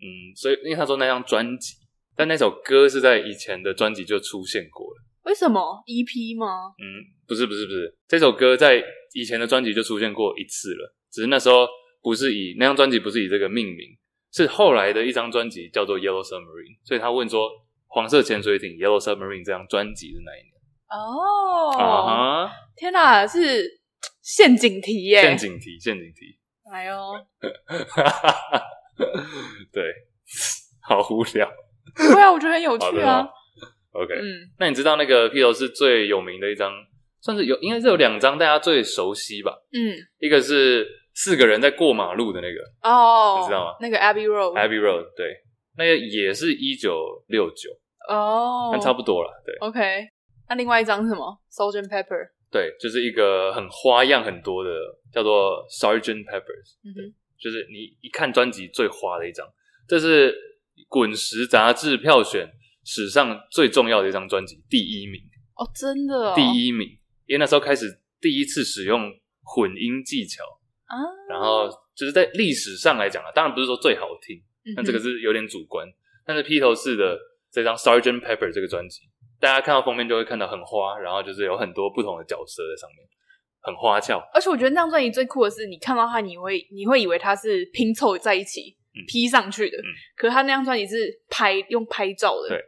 [SPEAKER 1] 嗯，所以因为他说那张专辑，但那首歌是在以前的专辑就出现过了。
[SPEAKER 2] 为什么 EP 吗？
[SPEAKER 1] 嗯，不是不是不是，这首歌在以前的专辑就出现过一次了，只是那时候不是以那张专辑不是以这个命名，是后来的一张专辑叫做《Yellow Submarine》，所以他问说《黄色潜水艇》《Yellow Submarine》这张专辑是哪一年？
[SPEAKER 2] 哦，
[SPEAKER 1] 啊哈，
[SPEAKER 2] 天哪，是陷阱题耶！
[SPEAKER 1] 陷，阱题，陷阱题，
[SPEAKER 2] 哎呦，
[SPEAKER 1] 对， <laughs> 好无聊。
[SPEAKER 2] 对啊，我觉得很有
[SPEAKER 1] 好
[SPEAKER 2] 趣
[SPEAKER 1] 的
[SPEAKER 2] 啊
[SPEAKER 1] 好。OK，、
[SPEAKER 2] 嗯，
[SPEAKER 1] 那你知道那个披头士最有名的一张，算是有应该是有两张大家最熟悉吧，
[SPEAKER 2] 嗯，
[SPEAKER 1] 一个是四个人在过马路的那个。
[SPEAKER 2] 哦，
[SPEAKER 1] 你知道吗
[SPEAKER 2] 那个 Abbey Road，
[SPEAKER 1] Abbey Road，对，那个也是一九六九，
[SPEAKER 2] 哦，
[SPEAKER 1] 但差不多了，对
[SPEAKER 2] OK，那另外一张是什么？Sgt. Pepper，
[SPEAKER 1] 对，就是一个很花样很多的叫做 Sergeant Peppers，
[SPEAKER 2] 嗯哼，
[SPEAKER 1] 就是你一看专辑最花的一张，这是《滚石》杂志票选史上最重要的一张专辑，第一名，
[SPEAKER 2] 哦，真的、哦，
[SPEAKER 1] 第一名，因为那时候开始第一次使用混音技巧，
[SPEAKER 2] 啊，
[SPEAKER 1] 然后就是在历史上来讲啊，当然不是说最好听，
[SPEAKER 2] 嗯哼
[SPEAKER 1] 那这个是有点主观。但是披头士的这张《Sergeant Pepper》这个专辑，大家看到封面就会看到很花，然后就是有很多不同的角色在上面，很花俏。
[SPEAKER 2] 而且我觉得那张专辑最酷的是，你看到它，你会你会以为它是拼凑在一起、
[SPEAKER 1] 嗯
[SPEAKER 2] 披上去的，
[SPEAKER 1] 嗯
[SPEAKER 2] 可是它那张专辑是拍用拍照的，
[SPEAKER 1] 对，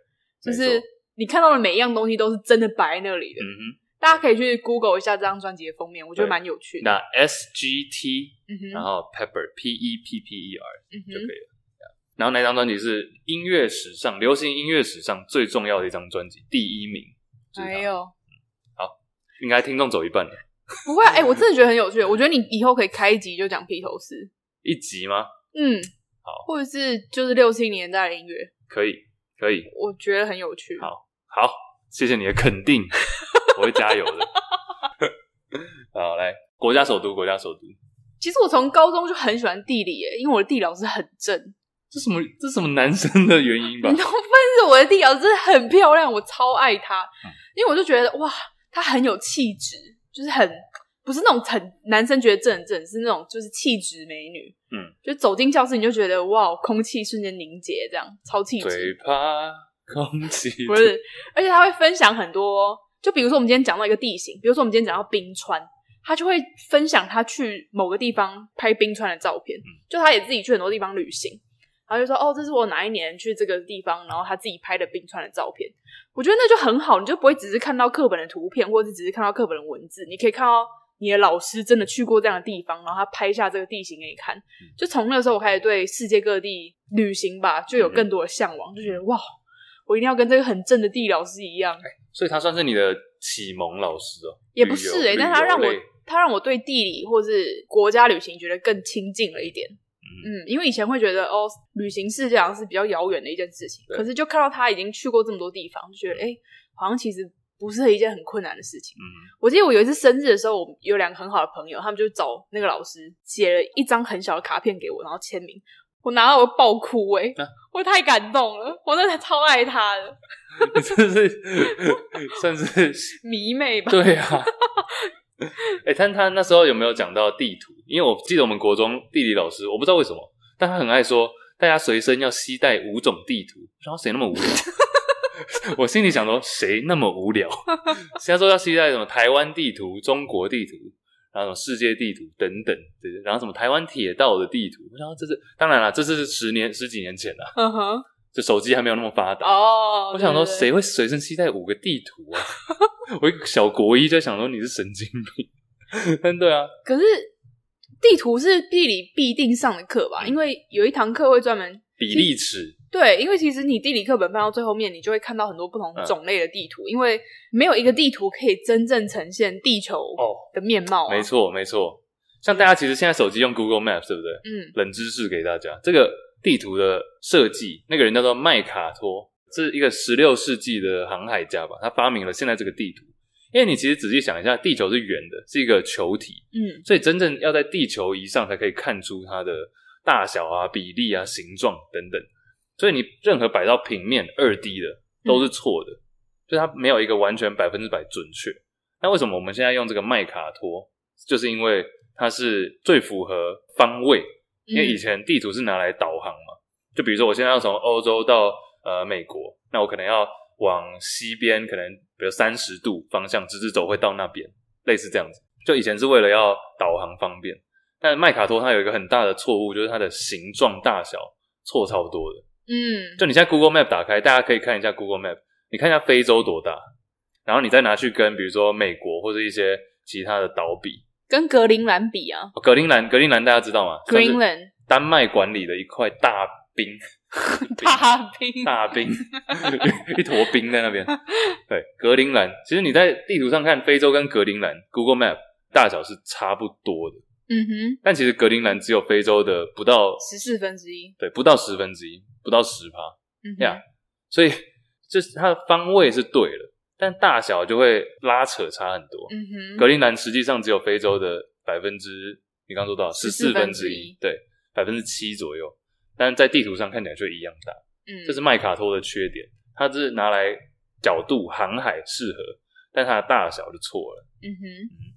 [SPEAKER 2] 就
[SPEAKER 1] 没
[SPEAKER 2] 是
[SPEAKER 1] 错
[SPEAKER 2] 你看到的每一样东西都是真的摆在那里的。
[SPEAKER 1] 嗯
[SPEAKER 2] 大家可以去 Google 一下这张专辑的封面，我觉得
[SPEAKER 1] 对
[SPEAKER 2] 蛮有趣
[SPEAKER 1] 哼，
[SPEAKER 2] 的。
[SPEAKER 1] 那 S G T，
[SPEAKER 2] 嗯哼，
[SPEAKER 1] 然后 Pepper P E P P E R
[SPEAKER 2] 嗯
[SPEAKER 1] 就可
[SPEAKER 2] 哼，
[SPEAKER 1] 以了。然后那张专辑是音乐史上、流行音乐史上最重要的一张专辑，第一名。就是它
[SPEAKER 2] 还，有
[SPEAKER 1] 应该听众走一半了，
[SPEAKER 2] 不会啊，哎、我真的觉得很有趣。我觉得你以后可以开一集就讲披头士，
[SPEAKER 1] 一集吗？
[SPEAKER 2] 嗯，
[SPEAKER 1] 好
[SPEAKER 2] 或者是就是六七年代的音乐，
[SPEAKER 1] 可以，可以。
[SPEAKER 2] 我觉得很有趣。
[SPEAKER 1] 好好，谢谢你的肯定，我会加油的。好，来，国家首都，国家首都，
[SPEAKER 2] 其实我从高中就很喜欢地理耶，因为我的地理老师很正，
[SPEAKER 1] 这什么这什么男生的原
[SPEAKER 2] <laughs>
[SPEAKER 1] 因吧
[SPEAKER 2] 你？知道，但是我的地理老师很漂亮，我超爱她，
[SPEAKER 1] 嗯
[SPEAKER 2] 因为我就觉得哇，她很有气质，就是很不是那种很男生觉得正很正，是那种就是气质美女。
[SPEAKER 1] 嗯，
[SPEAKER 2] 就走进教室你就觉得哇，空气瞬间凝结，这样超气质。
[SPEAKER 1] 嘴巴空气
[SPEAKER 2] <laughs> 不是，而且他会分享很多，就比如说我们今天讲到一个地形，比如说我们今天讲到冰川，他就会分享他去某个地方拍冰川的照
[SPEAKER 1] 嗯
[SPEAKER 2] 片，就他也自己去很多地方旅行，然后就说哦，这是我哪一年去这个地方，然后他自己拍的冰川的照片，我觉得那就很好，你就不会只是看到课本的图片，或者是只是看到课本的文字，你可以看到。你的老师真的去过这样的地方，然后他拍下这个地形给你看。就从那个时候，我开始对世界各地旅行吧，就有更多的向往，就觉得哇，我一定要跟这个很正的地理老师一样，
[SPEAKER 1] 所以他算是你的启蒙老师哦，
[SPEAKER 2] 也不是
[SPEAKER 1] 哎、
[SPEAKER 2] 诶、但他让
[SPEAKER 1] 旅
[SPEAKER 2] 我
[SPEAKER 1] 游类
[SPEAKER 2] 他让我对地理或是国家旅行觉得更亲近了一点。嗯，因为以前会觉得哦，旅行世界好像是比较遥远的一件事情，
[SPEAKER 1] 对
[SPEAKER 2] 可是就看到他已经去过这么多地方，就觉得哎、诶好像其实不是一件很困难的事情。
[SPEAKER 1] 嗯，
[SPEAKER 2] 我记得我有一次生日的时候，我有两个很好的朋友，他们就找那个老师写了一张很小的卡片给我，然后签名。我拿到我爆哭哎、
[SPEAKER 1] 啊
[SPEAKER 2] 我太感动了，我真的超爱他的
[SPEAKER 1] 你 <laughs> 这是 <laughs> 算是
[SPEAKER 2] 迷妹
[SPEAKER 1] <laughs>
[SPEAKER 2] 吧？
[SPEAKER 1] 对啊。哎、但他那时候有没有讲到地图？因为我记得我们国中地理老师，我不知道为什么，但他很爱说大家随身要携带五种地图。然后谁那么无聊？ <laughs> 我心里想说，谁那么无聊？现在说要携带什么台湾地图、中国地图，然后什么世界地图等等，对然后什么台湾铁道的地图。然后这是当然了，这是十年十几年前了、
[SPEAKER 2] 嗯哼，
[SPEAKER 1] 就手机还没有那么发达。
[SPEAKER 2] 哦，
[SPEAKER 1] 我想说，
[SPEAKER 2] 对对对
[SPEAKER 1] 谁会随身携带五个地图啊？ <laughs> 我一个小国一就想说你是神经病， <laughs> 但对啊，
[SPEAKER 2] 可是地图是地理必定上的课吧？
[SPEAKER 1] 嗯
[SPEAKER 2] 因为有一堂课会专门
[SPEAKER 1] 比例尺，
[SPEAKER 2] 对，因为其实你地理课本翻到最后面，你就会看到很多不同
[SPEAKER 1] 嗯
[SPEAKER 2] 种类的地图，因为没有一个地图可以真正呈现地球
[SPEAKER 1] 哦
[SPEAKER 2] 的面貌、啊
[SPEAKER 1] 没，错没错。像大家其实现在手机用 Google Map 对不对？
[SPEAKER 2] 嗯，
[SPEAKER 1] 冷知识给大家，这个地图的设计，那个人叫做麦卡托，是一个十六世纪的航海家吧，他发明了现在这个地图。因为你其实仔细想一下，地球是圆的，是一个球体，
[SPEAKER 2] 嗯，
[SPEAKER 1] 所以真正要在地球仪上才可以看出它的大小啊、比例啊、形状等等。所以你任何摆到平面二 D 的都是错的，就它没有一个完全百分之百准确。那为什么我们现在用这个麦卡托？就是因为它是最符合方位，因
[SPEAKER 2] 嗯
[SPEAKER 1] 为以前地图是拿来导航嘛。就比如说我现在要从欧洲到呃美国，那我可能要往西边，可能比如三十度方向直直走会到那边，类似这样子。就以前是为了要导航方便，但麦卡托它有一个很大的错误，就是它的形状大小错超多的。
[SPEAKER 2] 嗯，
[SPEAKER 1] 就你现在 Google Map 打开，大家可以看一下 Google Map，你看一下非洲多大，然后你再拿去跟比如说美国或者一些其他的岛比。
[SPEAKER 2] 跟格陵兰比啊
[SPEAKER 1] 哦格陵兰，格陵兰大家知道吗算是
[SPEAKER 2] ，Greenland
[SPEAKER 1] 丹麦管理的一块大冰， <laughs>
[SPEAKER 2] 大冰，
[SPEAKER 1] 大冰， <laughs> 一坨冰在那边。对，格陵兰，其实你在地图上看非洲跟格陵兰 Google Map 大小是差不多的，
[SPEAKER 2] 嗯哼，
[SPEAKER 1] 但其实格陵兰只有非洲的不到，
[SPEAKER 2] 十四分之一，
[SPEAKER 1] 对，不到十分之一，不到十趴。
[SPEAKER 2] 嗯
[SPEAKER 1] 呀
[SPEAKER 2] 哼，
[SPEAKER 1] 所以就是它的方位是对了，但大小就会拉扯差很多。
[SPEAKER 2] 嗯哼，
[SPEAKER 1] 格陵兰实际上只有非洲的百分之，你刚刚说到十四
[SPEAKER 2] 14
[SPEAKER 1] 分
[SPEAKER 2] 分
[SPEAKER 1] 之
[SPEAKER 2] 之
[SPEAKER 1] 一
[SPEAKER 2] 一，
[SPEAKER 1] 对，百分之七左右，但在地图上看起来却一样大。
[SPEAKER 2] 嗯，
[SPEAKER 1] 这是麦卡托的缺点，它只是拿来角度航海适合，但它的大小就错了。
[SPEAKER 2] 嗯哼，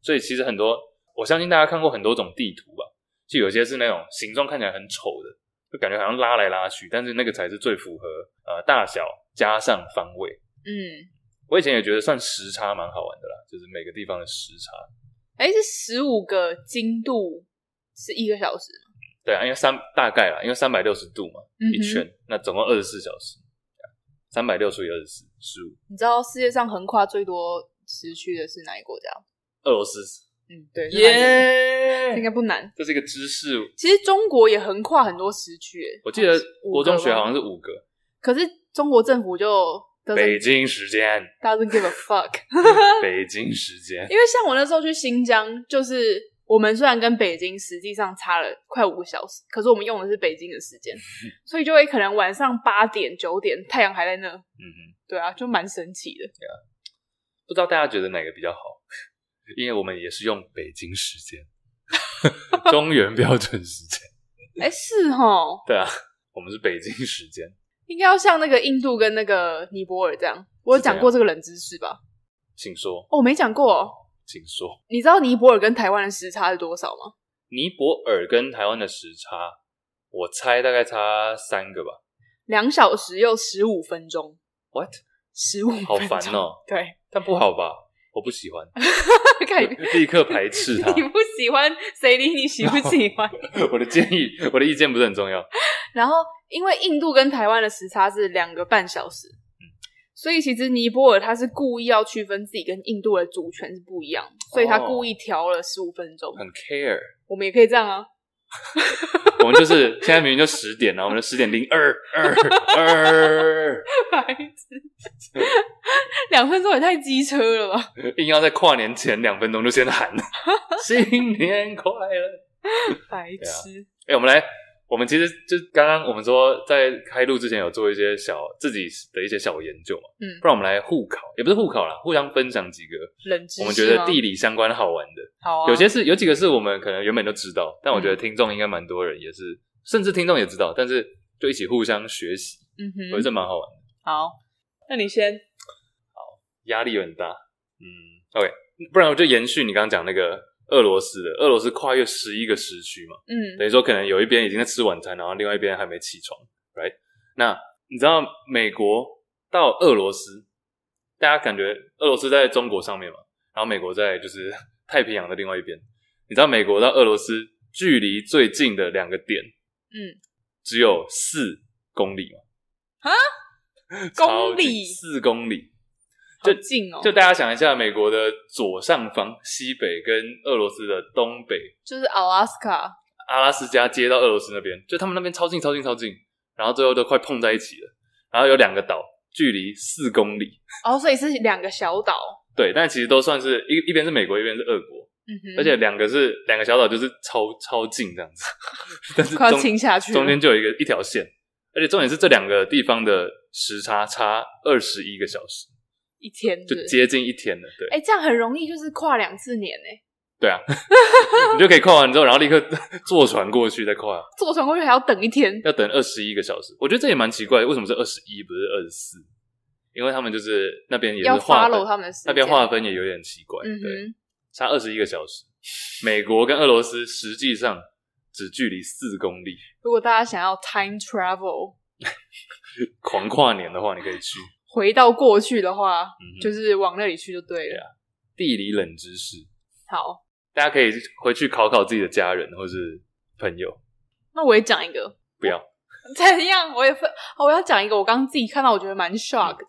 [SPEAKER 1] 所以其实很多，我相信大家看过很多种地图吧，就有些是那种形状看起来很丑的，就感觉好像拉来拉去，但是那个才是最符合呃大小加上方位。
[SPEAKER 2] 嗯，
[SPEAKER 1] 我以前也觉得算时差蛮好玩的啦，就是每个地方的时差。
[SPEAKER 2] 哎，是十五个经度是一个小时吗，
[SPEAKER 1] 对啊，因为三大概啦，因为三百六十度嘛，
[SPEAKER 2] 嗯
[SPEAKER 1] 一
[SPEAKER 2] 哼
[SPEAKER 1] 圈，那总共二十四小时，三百六除以二十四，十五，
[SPEAKER 2] 你知道世界上横跨最多时区的是哪一个国家吗？
[SPEAKER 1] 俄罗斯，
[SPEAKER 2] 嗯，对，是哪一个
[SPEAKER 1] 耶
[SPEAKER 2] 应该不难。
[SPEAKER 1] 这是一个知识。
[SPEAKER 2] 其实中国也横跨很多时区，哎
[SPEAKER 1] 我记得
[SPEAKER 2] 五
[SPEAKER 1] 国中
[SPEAKER 2] 个
[SPEAKER 1] 学
[SPEAKER 2] 吗
[SPEAKER 1] 好像是五个。
[SPEAKER 2] 可是中国政府就
[SPEAKER 1] 北
[SPEAKER 2] doesn't
[SPEAKER 1] 京时
[SPEAKER 2] <laughs>
[SPEAKER 1] 间，
[SPEAKER 2] doesn't give
[SPEAKER 1] <laughs>
[SPEAKER 2] a fuck，
[SPEAKER 1] 北京时间，
[SPEAKER 2] 因为像我那时候去新疆，就是我们虽然跟北京实际上差了快五个小时，可是我们用的是北京的时
[SPEAKER 1] <laughs>
[SPEAKER 2] 间，所以就会可能晚上八点九点太阳还在那，
[SPEAKER 1] 嗯哼，
[SPEAKER 2] 对啊，就蛮神奇的。
[SPEAKER 1] 不知道大家觉得哪个比较好？ <laughs> 因为我们也是用北京时
[SPEAKER 2] <laughs>
[SPEAKER 1] 间，中原标准时间，嗯
[SPEAKER 2] 哎、是哦，
[SPEAKER 1] 对啊，我们是北京时间。
[SPEAKER 2] 应该要像那个印度跟那个尼泊尔这样。我有讲过这个冷知识吧？
[SPEAKER 1] 请说，
[SPEAKER 2] 哦，我没讲过哦。
[SPEAKER 1] 请说。
[SPEAKER 2] 你知道尼泊尔跟台湾的时差是多少吗？
[SPEAKER 1] 尼泊尔跟台湾的时差，我猜大概差三个吧。
[SPEAKER 2] 两小时又十五分钟
[SPEAKER 1] What？
[SPEAKER 2] 十五
[SPEAKER 1] 好烦哦、
[SPEAKER 2] 对，
[SPEAKER 1] 但不好吧？我不喜
[SPEAKER 2] <laughs>
[SPEAKER 1] 欢，
[SPEAKER 2] 看你
[SPEAKER 1] 立刻排斥它
[SPEAKER 2] <laughs> 你。不喜欢，谁理你喜不喜欢？ <laughs>
[SPEAKER 1] 我的建议，我的意见不是很重要。
[SPEAKER 2] 然后，因为印度跟台湾的时差是两个半小时，
[SPEAKER 1] 嗯
[SPEAKER 2] 所以其实尼泊尔他是故意要区分自己跟印度的主权是不一样的，所以他
[SPEAKER 1] 哦
[SPEAKER 2] 故意调了十五分钟。
[SPEAKER 1] 很 care，
[SPEAKER 2] 我们也可以这样啊，
[SPEAKER 1] 我们就是现在明明就十点，然后我们就十点零二二二， <laughs>
[SPEAKER 2] <laughs> 白痴，两分钟也太机车了吧？
[SPEAKER 1] 硬要在跨年前两分钟就先喊新年快乐。
[SPEAKER 2] 白痴，
[SPEAKER 1] 哎、我们来，我们其实就刚刚我们说在开录之前有做一些小自己的一些小研究嘛，
[SPEAKER 2] 嗯
[SPEAKER 1] 不然我们来互考，也不是互考啦，互相分享几个
[SPEAKER 2] 冷知识
[SPEAKER 1] 我
[SPEAKER 2] 吗
[SPEAKER 1] 们觉得地理相关好玩的。
[SPEAKER 2] 好啊，
[SPEAKER 1] 有些是有几个是我们可能原本都知道，但我
[SPEAKER 2] 嗯
[SPEAKER 1] 觉得听众应该蛮多人也是，甚至听众也知道，但是就一起互相学习，
[SPEAKER 2] 嗯
[SPEAKER 1] 我觉得
[SPEAKER 2] 哼，
[SPEAKER 1] 这蛮好玩的，
[SPEAKER 2] 好，那你先，
[SPEAKER 1] 压力很大。嗯，OK，不然我就延续你刚刚讲那个俄罗斯的，俄罗斯跨越十一个时区嘛，
[SPEAKER 2] 嗯
[SPEAKER 1] 等于说可能有一边已经在吃晚餐，然后另外一边还没起床，right？那你知道美国到俄罗斯，大家感觉俄罗斯在中国上面嘛，然后美国在就是 <laughs> 太平洋的另外一边。你知道美国到俄罗斯距离最近的两个点
[SPEAKER 2] 嗯，
[SPEAKER 1] 只有四公里嘛？啊，
[SPEAKER 2] 公里
[SPEAKER 1] 四公里。
[SPEAKER 2] 好
[SPEAKER 1] 就
[SPEAKER 2] 近哦，
[SPEAKER 1] 就大家想一下，美国的左上方西北跟俄罗斯的东北
[SPEAKER 2] 就是 Alaska，
[SPEAKER 1] 阿拉斯加接到俄罗斯那边，就他们那边超近超近超近，然后最后都快碰在一起了。然后有两个岛，距离四公里，
[SPEAKER 2] 哦，所以是两个小岛，
[SPEAKER 1] 对，但其实都算是一一边是美国，一边是俄国，
[SPEAKER 2] 嗯哼，
[SPEAKER 1] 而且两个是两个小岛，就是超超近这样子， <laughs> 但是
[SPEAKER 2] 快要
[SPEAKER 1] 中
[SPEAKER 2] 亲下去了，
[SPEAKER 1] 中间就有一个一条线，而且重点是这两个地方的时差差二十一个小时，
[SPEAKER 2] 一天是
[SPEAKER 1] 就
[SPEAKER 2] 不是
[SPEAKER 1] 接近一天了，对。
[SPEAKER 2] 哎、这样很容易就是跨两次年哎、
[SPEAKER 1] 对啊，你就可以跨完之后，然后立刻坐船过去再跨，
[SPEAKER 2] 坐船过去还要等一天。
[SPEAKER 1] 要等二十一个小时。我觉得这也蛮奇怪的，为什么是二十一不是二十四？因为他们就是那边也是
[SPEAKER 2] 要
[SPEAKER 1] 划
[SPEAKER 2] follow
[SPEAKER 1] 分，
[SPEAKER 2] 他们的时间
[SPEAKER 1] 那边划分也有点奇怪，
[SPEAKER 2] 嗯
[SPEAKER 1] 对，
[SPEAKER 2] 哼，
[SPEAKER 1] 差二十一个小时。美国跟俄罗斯实际上只距离四公里。
[SPEAKER 2] 如果大家想要 time travel
[SPEAKER 1] 狂跨年的话，你可以去。
[SPEAKER 2] 回到过去的话，
[SPEAKER 1] 嗯哼
[SPEAKER 2] 就是往那里去就对
[SPEAKER 1] 对啊
[SPEAKER 2] 了。
[SPEAKER 1] 地理冷知识，
[SPEAKER 2] 好，
[SPEAKER 1] 大家可以回去考考自己的家人或是朋友。
[SPEAKER 2] 那我也讲一个，
[SPEAKER 1] 不要，
[SPEAKER 2] <laughs> 怎样？我也分，哦我要讲一个，我刚刚自己看到，我觉得蛮 shock 的。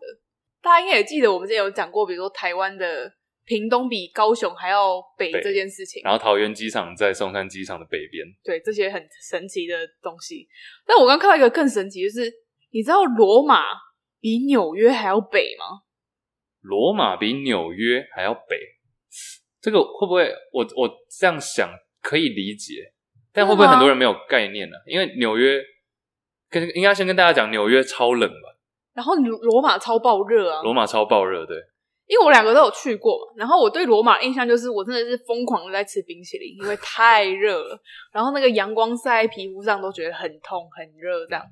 [SPEAKER 2] 大家应该也记得，我们之前有讲过，比如说台湾的屏东比高雄还要北
[SPEAKER 1] 北
[SPEAKER 2] 这件事情，
[SPEAKER 1] 然后桃园机场在松山机场的北边，
[SPEAKER 2] 对这些很神奇的东西。但我刚看到一个更神奇，就是你知道罗马比纽约还要北吗？
[SPEAKER 1] 罗马比纽约还要北，这个会不会我我这样想可以理解，但会不会
[SPEAKER 2] 真的吗
[SPEAKER 1] 很多人没有概念
[SPEAKER 2] 啊
[SPEAKER 1] 呢、因为纽约跟应该先跟大家讲，纽约超冷吧，
[SPEAKER 2] 然后你罗马超爆热啊，
[SPEAKER 1] 罗马超爆热，对，
[SPEAKER 2] 因为我两个都有去过嘛，然后我对罗马印象就是我真的是疯狂的在吃冰淇淋，因为太热了，然后那个阳光晒在皮肤上都觉得很痛很热，这
[SPEAKER 1] 嗯
[SPEAKER 2] 样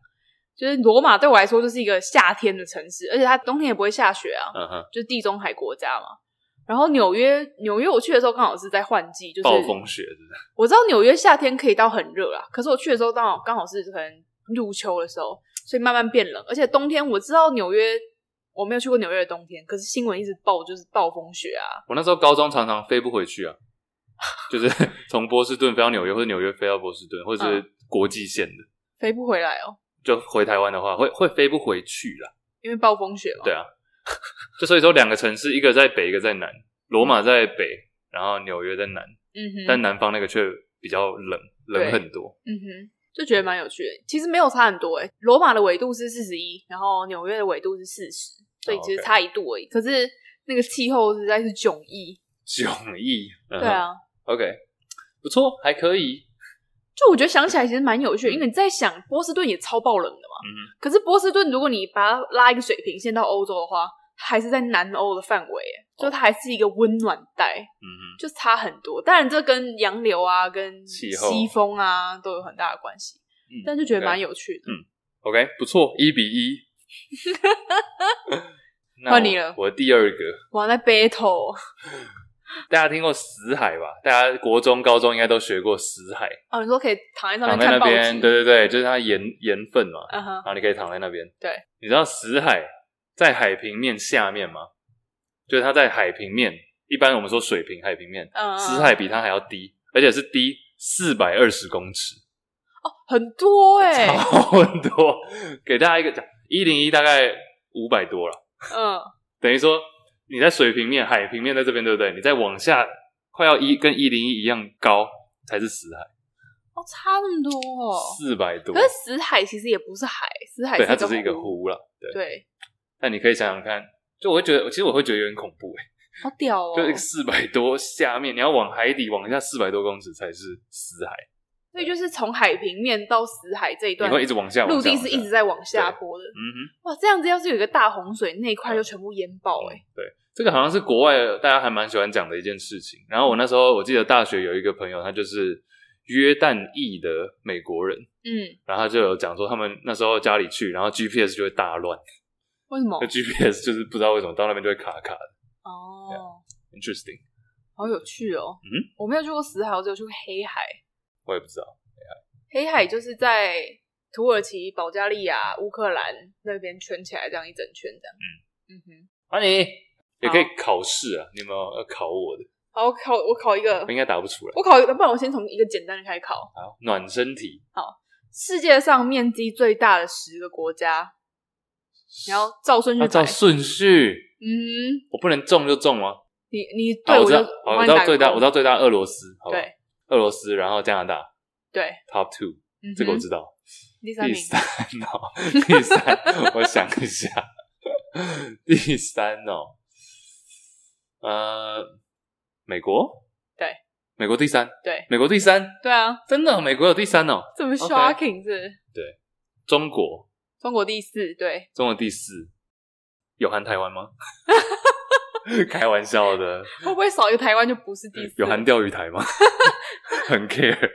[SPEAKER 2] 就是罗马对我来说就是一个夏天的城市，而且它冬天也不会下雪啊，
[SPEAKER 1] 嗯哼，
[SPEAKER 2] 就是地中海国家嘛。然后纽约，纽约我去的时候刚好是在换季，就是
[SPEAKER 1] 暴风雪是不是
[SPEAKER 2] 我知道纽约夏天可以到很热啦，可是我去的时候刚好刚好是可能入秋的时候，所以慢慢变冷。而且冬天我知道纽约，我没有去过纽约的冬天，可是新闻一直报就是暴风雪啊，
[SPEAKER 1] 我那时候高中常常飞不回去啊， <laughs> 就是 <laughs> 从波士顿飞到纽约，或者纽约飞到波士顿，或者
[SPEAKER 2] 嗯
[SPEAKER 1] 是国际线的，
[SPEAKER 2] 飞不回来哦，
[SPEAKER 1] 就回台湾的话，会会飞不回去啦。
[SPEAKER 2] 因为暴风雪嘛。
[SPEAKER 1] 对啊， <laughs> 就所以说两个城市，一个在北，一个在南。罗马在北，然后纽约在南，
[SPEAKER 2] 嗯哼，
[SPEAKER 1] 但南方那个却比较冷，冷
[SPEAKER 2] 对
[SPEAKER 1] 很多。
[SPEAKER 2] 嗯哼，就觉得蛮有趣的。其实没有差很多诶、欸罗马的纬度是四十一，然后纽约的纬度是四十，
[SPEAKER 1] 哦
[SPEAKER 2] 所以其实差一度而已。可是那个气候实在是迥异。
[SPEAKER 1] 迥异，对
[SPEAKER 2] 对啊，
[SPEAKER 1] ，OK，不错，还可以。
[SPEAKER 2] 就我觉得想起来其实蛮有趣的，因为你在想波士顿也超爆冷的嘛，
[SPEAKER 1] 嗯哼
[SPEAKER 2] 可是波士顿如果你把它拉一个水平线到欧洲的话，它还是在南欧的范围耶，
[SPEAKER 1] 哦
[SPEAKER 2] 就它还是一个温暖带，
[SPEAKER 1] 嗯哼，
[SPEAKER 2] 就差很多。当然这跟洋流啊、跟
[SPEAKER 1] 气候
[SPEAKER 2] 西风啊都有很大的关系，
[SPEAKER 1] 嗯
[SPEAKER 2] 但就觉得蛮
[SPEAKER 1] OK
[SPEAKER 2] 有趣的。
[SPEAKER 1] OK，不错，一比一。那
[SPEAKER 2] <laughs> 换
[SPEAKER 1] 我
[SPEAKER 2] 你了
[SPEAKER 1] 我第二个，
[SPEAKER 2] 哇，在 battle
[SPEAKER 1] 大家听过死海吧？大家国中、高中应该都学过死海，
[SPEAKER 2] 哦，你说可以躺在上
[SPEAKER 1] 躺
[SPEAKER 2] 面
[SPEAKER 1] 在那
[SPEAKER 2] 看报
[SPEAKER 1] 边，对
[SPEAKER 2] 纸，
[SPEAKER 1] 对对，就是它盐盐分嘛，
[SPEAKER 2] 嗯哼
[SPEAKER 1] 然，后你可以躺在那边。
[SPEAKER 2] 对，
[SPEAKER 1] 你知道死海在海平面下面吗？就是它在海平面，一般我们说水平海平面，
[SPEAKER 2] 嗯，嗯
[SPEAKER 1] 死海比它还要低，而且是低四百二十公尺，
[SPEAKER 2] 很
[SPEAKER 1] <laughs>
[SPEAKER 2] 多哎，
[SPEAKER 1] 超多。给大家一个讲，一零一大概五百多了，
[SPEAKER 2] 嗯，
[SPEAKER 1] 等于说你在水平面、海平面在这边，对不对？你再往下，快要一跟一零一一样高才是死海，
[SPEAKER 2] 哦，差那么多哦。
[SPEAKER 1] 四百多
[SPEAKER 2] 可。是死海其实也不是海，死海
[SPEAKER 1] 对，它
[SPEAKER 2] 它
[SPEAKER 1] 只是一个，湖了。对，
[SPEAKER 2] 对，
[SPEAKER 1] 但你可以想想看，就我会觉得，其实我会觉得有点恐怖哎、
[SPEAKER 2] 好屌哦，
[SPEAKER 1] 就四百多下面，你要往海底往下四百多公尺才是死海，
[SPEAKER 2] 所以就是从海平面到死海这一
[SPEAKER 1] 你
[SPEAKER 2] 段，
[SPEAKER 1] 会一直往下，
[SPEAKER 2] 陆
[SPEAKER 1] 往下
[SPEAKER 2] 地是一直，在往下坡的。
[SPEAKER 1] 嗯哼，
[SPEAKER 2] 哇，这样子要是有一个大洪水，那一块就
[SPEAKER 1] 嗯
[SPEAKER 2] 全部淹爆哎、
[SPEAKER 1] 对，这个好像是国外大家还蛮喜欢讲的一件事情。然后
[SPEAKER 2] 嗯
[SPEAKER 1] 我那时候我记得大学有一个朋友，他就是约旦裔的美国人，
[SPEAKER 2] 嗯，
[SPEAKER 1] 然后他就有讲说他们那时候家里去，然后 GPS 就会大乱，
[SPEAKER 2] 哦为什么
[SPEAKER 1] 那？GPS 就是不知道为什么到那边就会卡卡的
[SPEAKER 2] 哦，
[SPEAKER 1] ，interesting，
[SPEAKER 2] 好有趣哦。
[SPEAKER 1] 嗯，
[SPEAKER 2] 我没有去过死海，我只有去过黑海。
[SPEAKER 1] 我也不知道，
[SPEAKER 2] 黑海就是在土耳其、保加利亚、乌克兰那边圈起来，这样一整圈这样。嗯哼，
[SPEAKER 1] 啊你也可以考试啊，你有没有要考我的？
[SPEAKER 2] 好，我考我考一个
[SPEAKER 1] 我，应该答不出来。
[SPEAKER 2] 我考一个，不然我先从一个简单的开始考。
[SPEAKER 1] 好，暖身题，
[SPEAKER 2] 世界上面积最大的十个国家，你要照顺序
[SPEAKER 1] 要
[SPEAKER 2] 排。
[SPEAKER 1] 哦照顺序，
[SPEAKER 2] 嗯，
[SPEAKER 1] 我不能中就中吗？
[SPEAKER 2] 你你
[SPEAKER 1] 好
[SPEAKER 2] 对
[SPEAKER 1] 哦我知
[SPEAKER 2] 就
[SPEAKER 1] 道，好
[SPEAKER 2] 帮
[SPEAKER 1] 我
[SPEAKER 2] 你
[SPEAKER 1] 知道
[SPEAKER 2] 打
[SPEAKER 1] 最大，
[SPEAKER 2] 勾
[SPEAKER 1] 我知道最大俄罗斯，好吧
[SPEAKER 2] 对
[SPEAKER 1] 俄罗斯，然后加拿大
[SPEAKER 2] 对，
[SPEAKER 1] top two，
[SPEAKER 2] 嗯哼
[SPEAKER 1] 这个我知道。
[SPEAKER 2] 第三
[SPEAKER 1] 第
[SPEAKER 2] 名，
[SPEAKER 1] 三哦，第三，我想一下，第三哦，呃，美国，
[SPEAKER 2] 对，
[SPEAKER 1] 美国第三，
[SPEAKER 2] 对，
[SPEAKER 1] 美国第三，
[SPEAKER 2] 对啊，
[SPEAKER 1] 真的，美国有第三哦，
[SPEAKER 2] 这么
[SPEAKER 1] OK
[SPEAKER 2] shocking 是
[SPEAKER 1] 中国，
[SPEAKER 2] 中国第
[SPEAKER 1] <laughs>
[SPEAKER 2] 四，对，
[SPEAKER 1] 中国第四，有含台湾吗？ <laughs> 开玩笑的，
[SPEAKER 2] 会不会少一个台湾就不是第四？
[SPEAKER 1] 嗯有含钓鱼台吗？ <laughs> 很 care。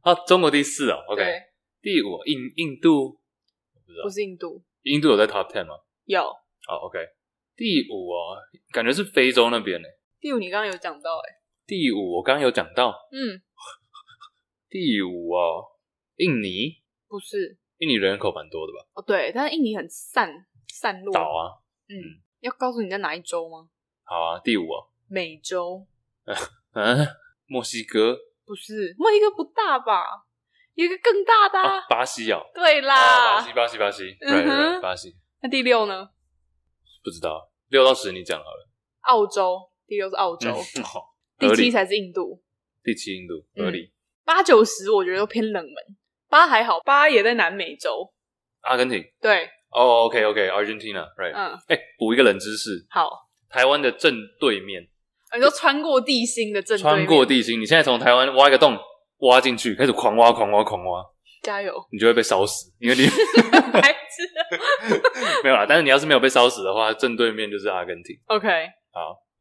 [SPEAKER 1] 啊，中国第四哦，OK，
[SPEAKER 2] 对，
[SPEAKER 1] 第五印印度，
[SPEAKER 2] 不是印度，
[SPEAKER 1] 印度有在 top ten 吗？
[SPEAKER 2] 有
[SPEAKER 1] 哦，OK，第五哦，感觉是非洲那边呢。
[SPEAKER 2] 第五，你刚刚有讲到哎、
[SPEAKER 1] 第五我刚刚有讲到，
[SPEAKER 2] 嗯，
[SPEAKER 1] 第五哦，印尼，
[SPEAKER 2] 不是
[SPEAKER 1] 印尼人口蛮多的吧？
[SPEAKER 2] 哦，对，但是印尼很散散落，
[SPEAKER 1] 岛啊，
[SPEAKER 2] 嗯，要告诉你在哪一州吗？
[SPEAKER 1] 好啊，第五哦，
[SPEAKER 2] 美洲
[SPEAKER 1] 嗯，墨西哥
[SPEAKER 2] 不是，墨西哥不大吧？有一个更大的、啊
[SPEAKER 1] 啊，巴西哦，
[SPEAKER 2] 对
[SPEAKER 1] 啊，
[SPEAKER 2] 啦，
[SPEAKER 1] 巴西，巴西，巴西，
[SPEAKER 2] 嗯
[SPEAKER 1] 对
[SPEAKER 2] 哼
[SPEAKER 1] 对，巴西，
[SPEAKER 2] 那第六呢？
[SPEAKER 1] 不知道，六到十你讲好了，
[SPEAKER 2] 澳洲，第六是澳洲，
[SPEAKER 1] 嗯 <laughs> 好，
[SPEAKER 2] 第
[SPEAKER 1] 合
[SPEAKER 2] 七
[SPEAKER 1] 理，
[SPEAKER 2] 才是印度，
[SPEAKER 1] 第七印度合
[SPEAKER 2] 嗯
[SPEAKER 1] 理，
[SPEAKER 2] 八九十我觉得都偏冷门，八还好，八也在南美洲。
[SPEAKER 1] 阿根廷，
[SPEAKER 2] 对，
[SPEAKER 1] 哦，OK，OK，Argentina，right，
[SPEAKER 2] 嗯，
[SPEAKER 1] 哎，补一个冷知识，
[SPEAKER 2] 好，啊
[SPEAKER 1] 台湾的正对面。
[SPEAKER 2] 你说穿过地心的正对面
[SPEAKER 1] 穿过地心，你现在从台湾挖一个洞挖进去，开始狂挖、狂挖、狂挖，，
[SPEAKER 2] 加油
[SPEAKER 1] 你就会被烧死，因为你 <laughs>
[SPEAKER 2] 白痴。
[SPEAKER 1] 没有啦。但是你要是没有被烧死的话，正对面就是阿根廷。
[SPEAKER 2] OK，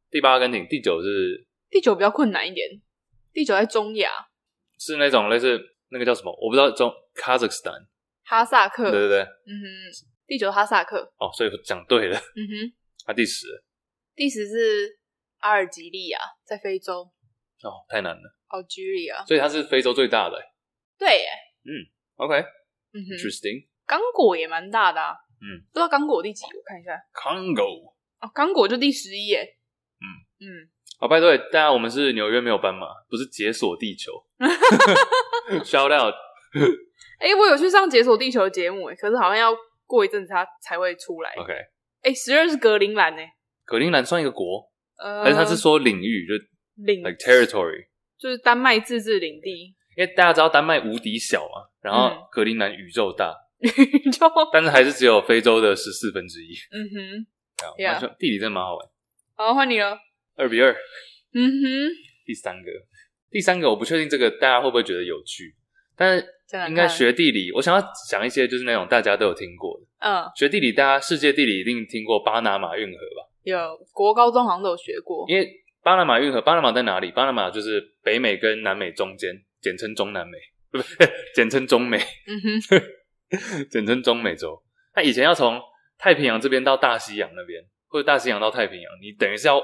[SPEAKER 1] 第八阿根廷，第九是
[SPEAKER 2] 第九比较困难一点，第九在中亚
[SPEAKER 1] 是那种类似那个叫什么，我不知道中 Kazakhstan，
[SPEAKER 2] 哈萨克，
[SPEAKER 1] 对对对，
[SPEAKER 2] 嗯哼，第九哈萨克，
[SPEAKER 1] 哦，所以讲对了。
[SPEAKER 2] 嗯哼，
[SPEAKER 1] 他第十，
[SPEAKER 2] 第十是阿尔及利亚，在非洲
[SPEAKER 1] 哦，太难了，
[SPEAKER 2] ，Algeria，
[SPEAKER 1] 所以他是非洲最大的欸。
[SPEAKER 2] 对耶，
[SPEAKER 1] OK，interesting、
[SPEAKER 2] 嗯哼，刚果也蛮大的、啊，
[SPEAKER 1] 嗯，
[SPEAKER 2] 不知道刚果第几，我看一下，
[SPEAKER 1] Congo。
[SPEAKER 2] 哦，刚果就第十一耶，
[SPEAKER 1] 嗯
[SPEAKER 2] 嗯，
[SPEAKER 1] 好，拜托大家，我们是纽约没有斑马，不是解锁地球。Shout out！
[SPEAKER 2] 哎、我有去上《解锁地球》的节目耶，可是好像要过一阵子它才会出来。
[SPEAKER 1] OK，
[SPEAKER 2] 哎、十二是格陵兰呢，
[SPEAKER 1] 格陵兰算一个国，
[SPEAKER 2] 呃，
[SPEAKER 1] 还是他是说领域，就
[SPEAKER 2] 领
[SPEAKER 1] like territory？
[SPEAKER 2] 就是丹麦自治领地， <laughs>
[SPEAKER 1] 因为大家知道丹麦无敌小嘛，然
[SPEAKER 2] 嗯
[SPEAKER 1] 后格陵兰宇宙大，
[SPEAKER 2] 就
[SPEAKER 1] 但是还是只有非洲的十四分之一。
[SPEAKER 2] 嗯哼，
[SPEAKER 1] 啊
[SPEAKER 2] Yeah
[SPEAKER 1] 蛮喜欢地理真的蛮好玩。
[SPEAKER 2] 好换你了，
[SPEAKER 1] 二比二，
[SPEAKER 2] 嗯哼，
[SPEAKER 1] 第三个，第三个我不确定这个大家会不会觉得有趣，但是
[SPEAKER 2] 再来看
[SPEAKER 1] 应该，学地理，我想要讲一些就是那种大家都有听过的。
[SPEAKER 2] 嗯，
[SPEAKER 1] 学地理，大家世界地理一定听过巴拿马运河吧？
[SPEAKER 2] 有国高中好像都有学过，
[SPEAKER 1] 因为巴拿马运河，巴拿马在哪里？巴拿马就是北美跟南美中间，简称中南美，不不， <laughs> 简称中美，
[SPEAKER 2] 嗯哼，
[SPEAKER 1] 简称中美洲。那以前要从太平洋这边到大西洋那边，或者大西洋到太平洋，你等于是要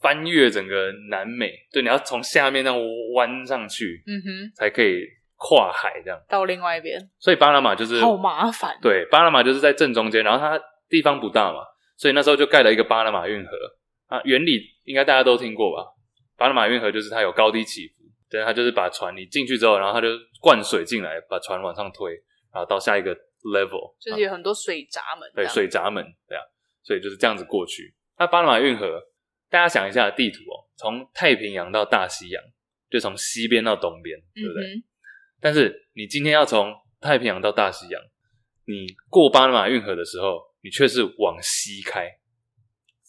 [SPEAKER 1] 翻越整个南美，对，你要从下面那样弯上去，
[SPEAKER 2] 嗯哼，
[SPEAKER 1] 才可以跨海这样。
[SPEAKER 2] 到另外一边，
[SPEAKER 1] 所以巴拿马就是
[SPEAKER 2] 好麻烦，
[SPEAKER 1] 对，巴拿马就是在正中间，然后它地方不大嘛，所以那时候就盖了一个巴拿马运河啊。原理应该大家都听过吧？巴拿马运河就是它有高低起伏，对，它就是把船你进去之后，然后它就灌水进来，把船往上推，然后到下一个 level，
[SPEAKER 2] 就是有很多水闸门，
[SPEAKER 1] 对，
[SPEAKER 2] 这样
[SPEAKER 1] 水闸门，对啊，所以就是这样子过去。那巴拿马运河，大家想一下地图哦，从太平洋到大西洋，就从西边到东边，对不对？
[SPEAKER 2] 嗯
[SPEAKER 1] 但是你今天要从太平洋到大西洋，你过巴拿马运河的时候，你却是往西开，
[SPEAKER 2] 哼，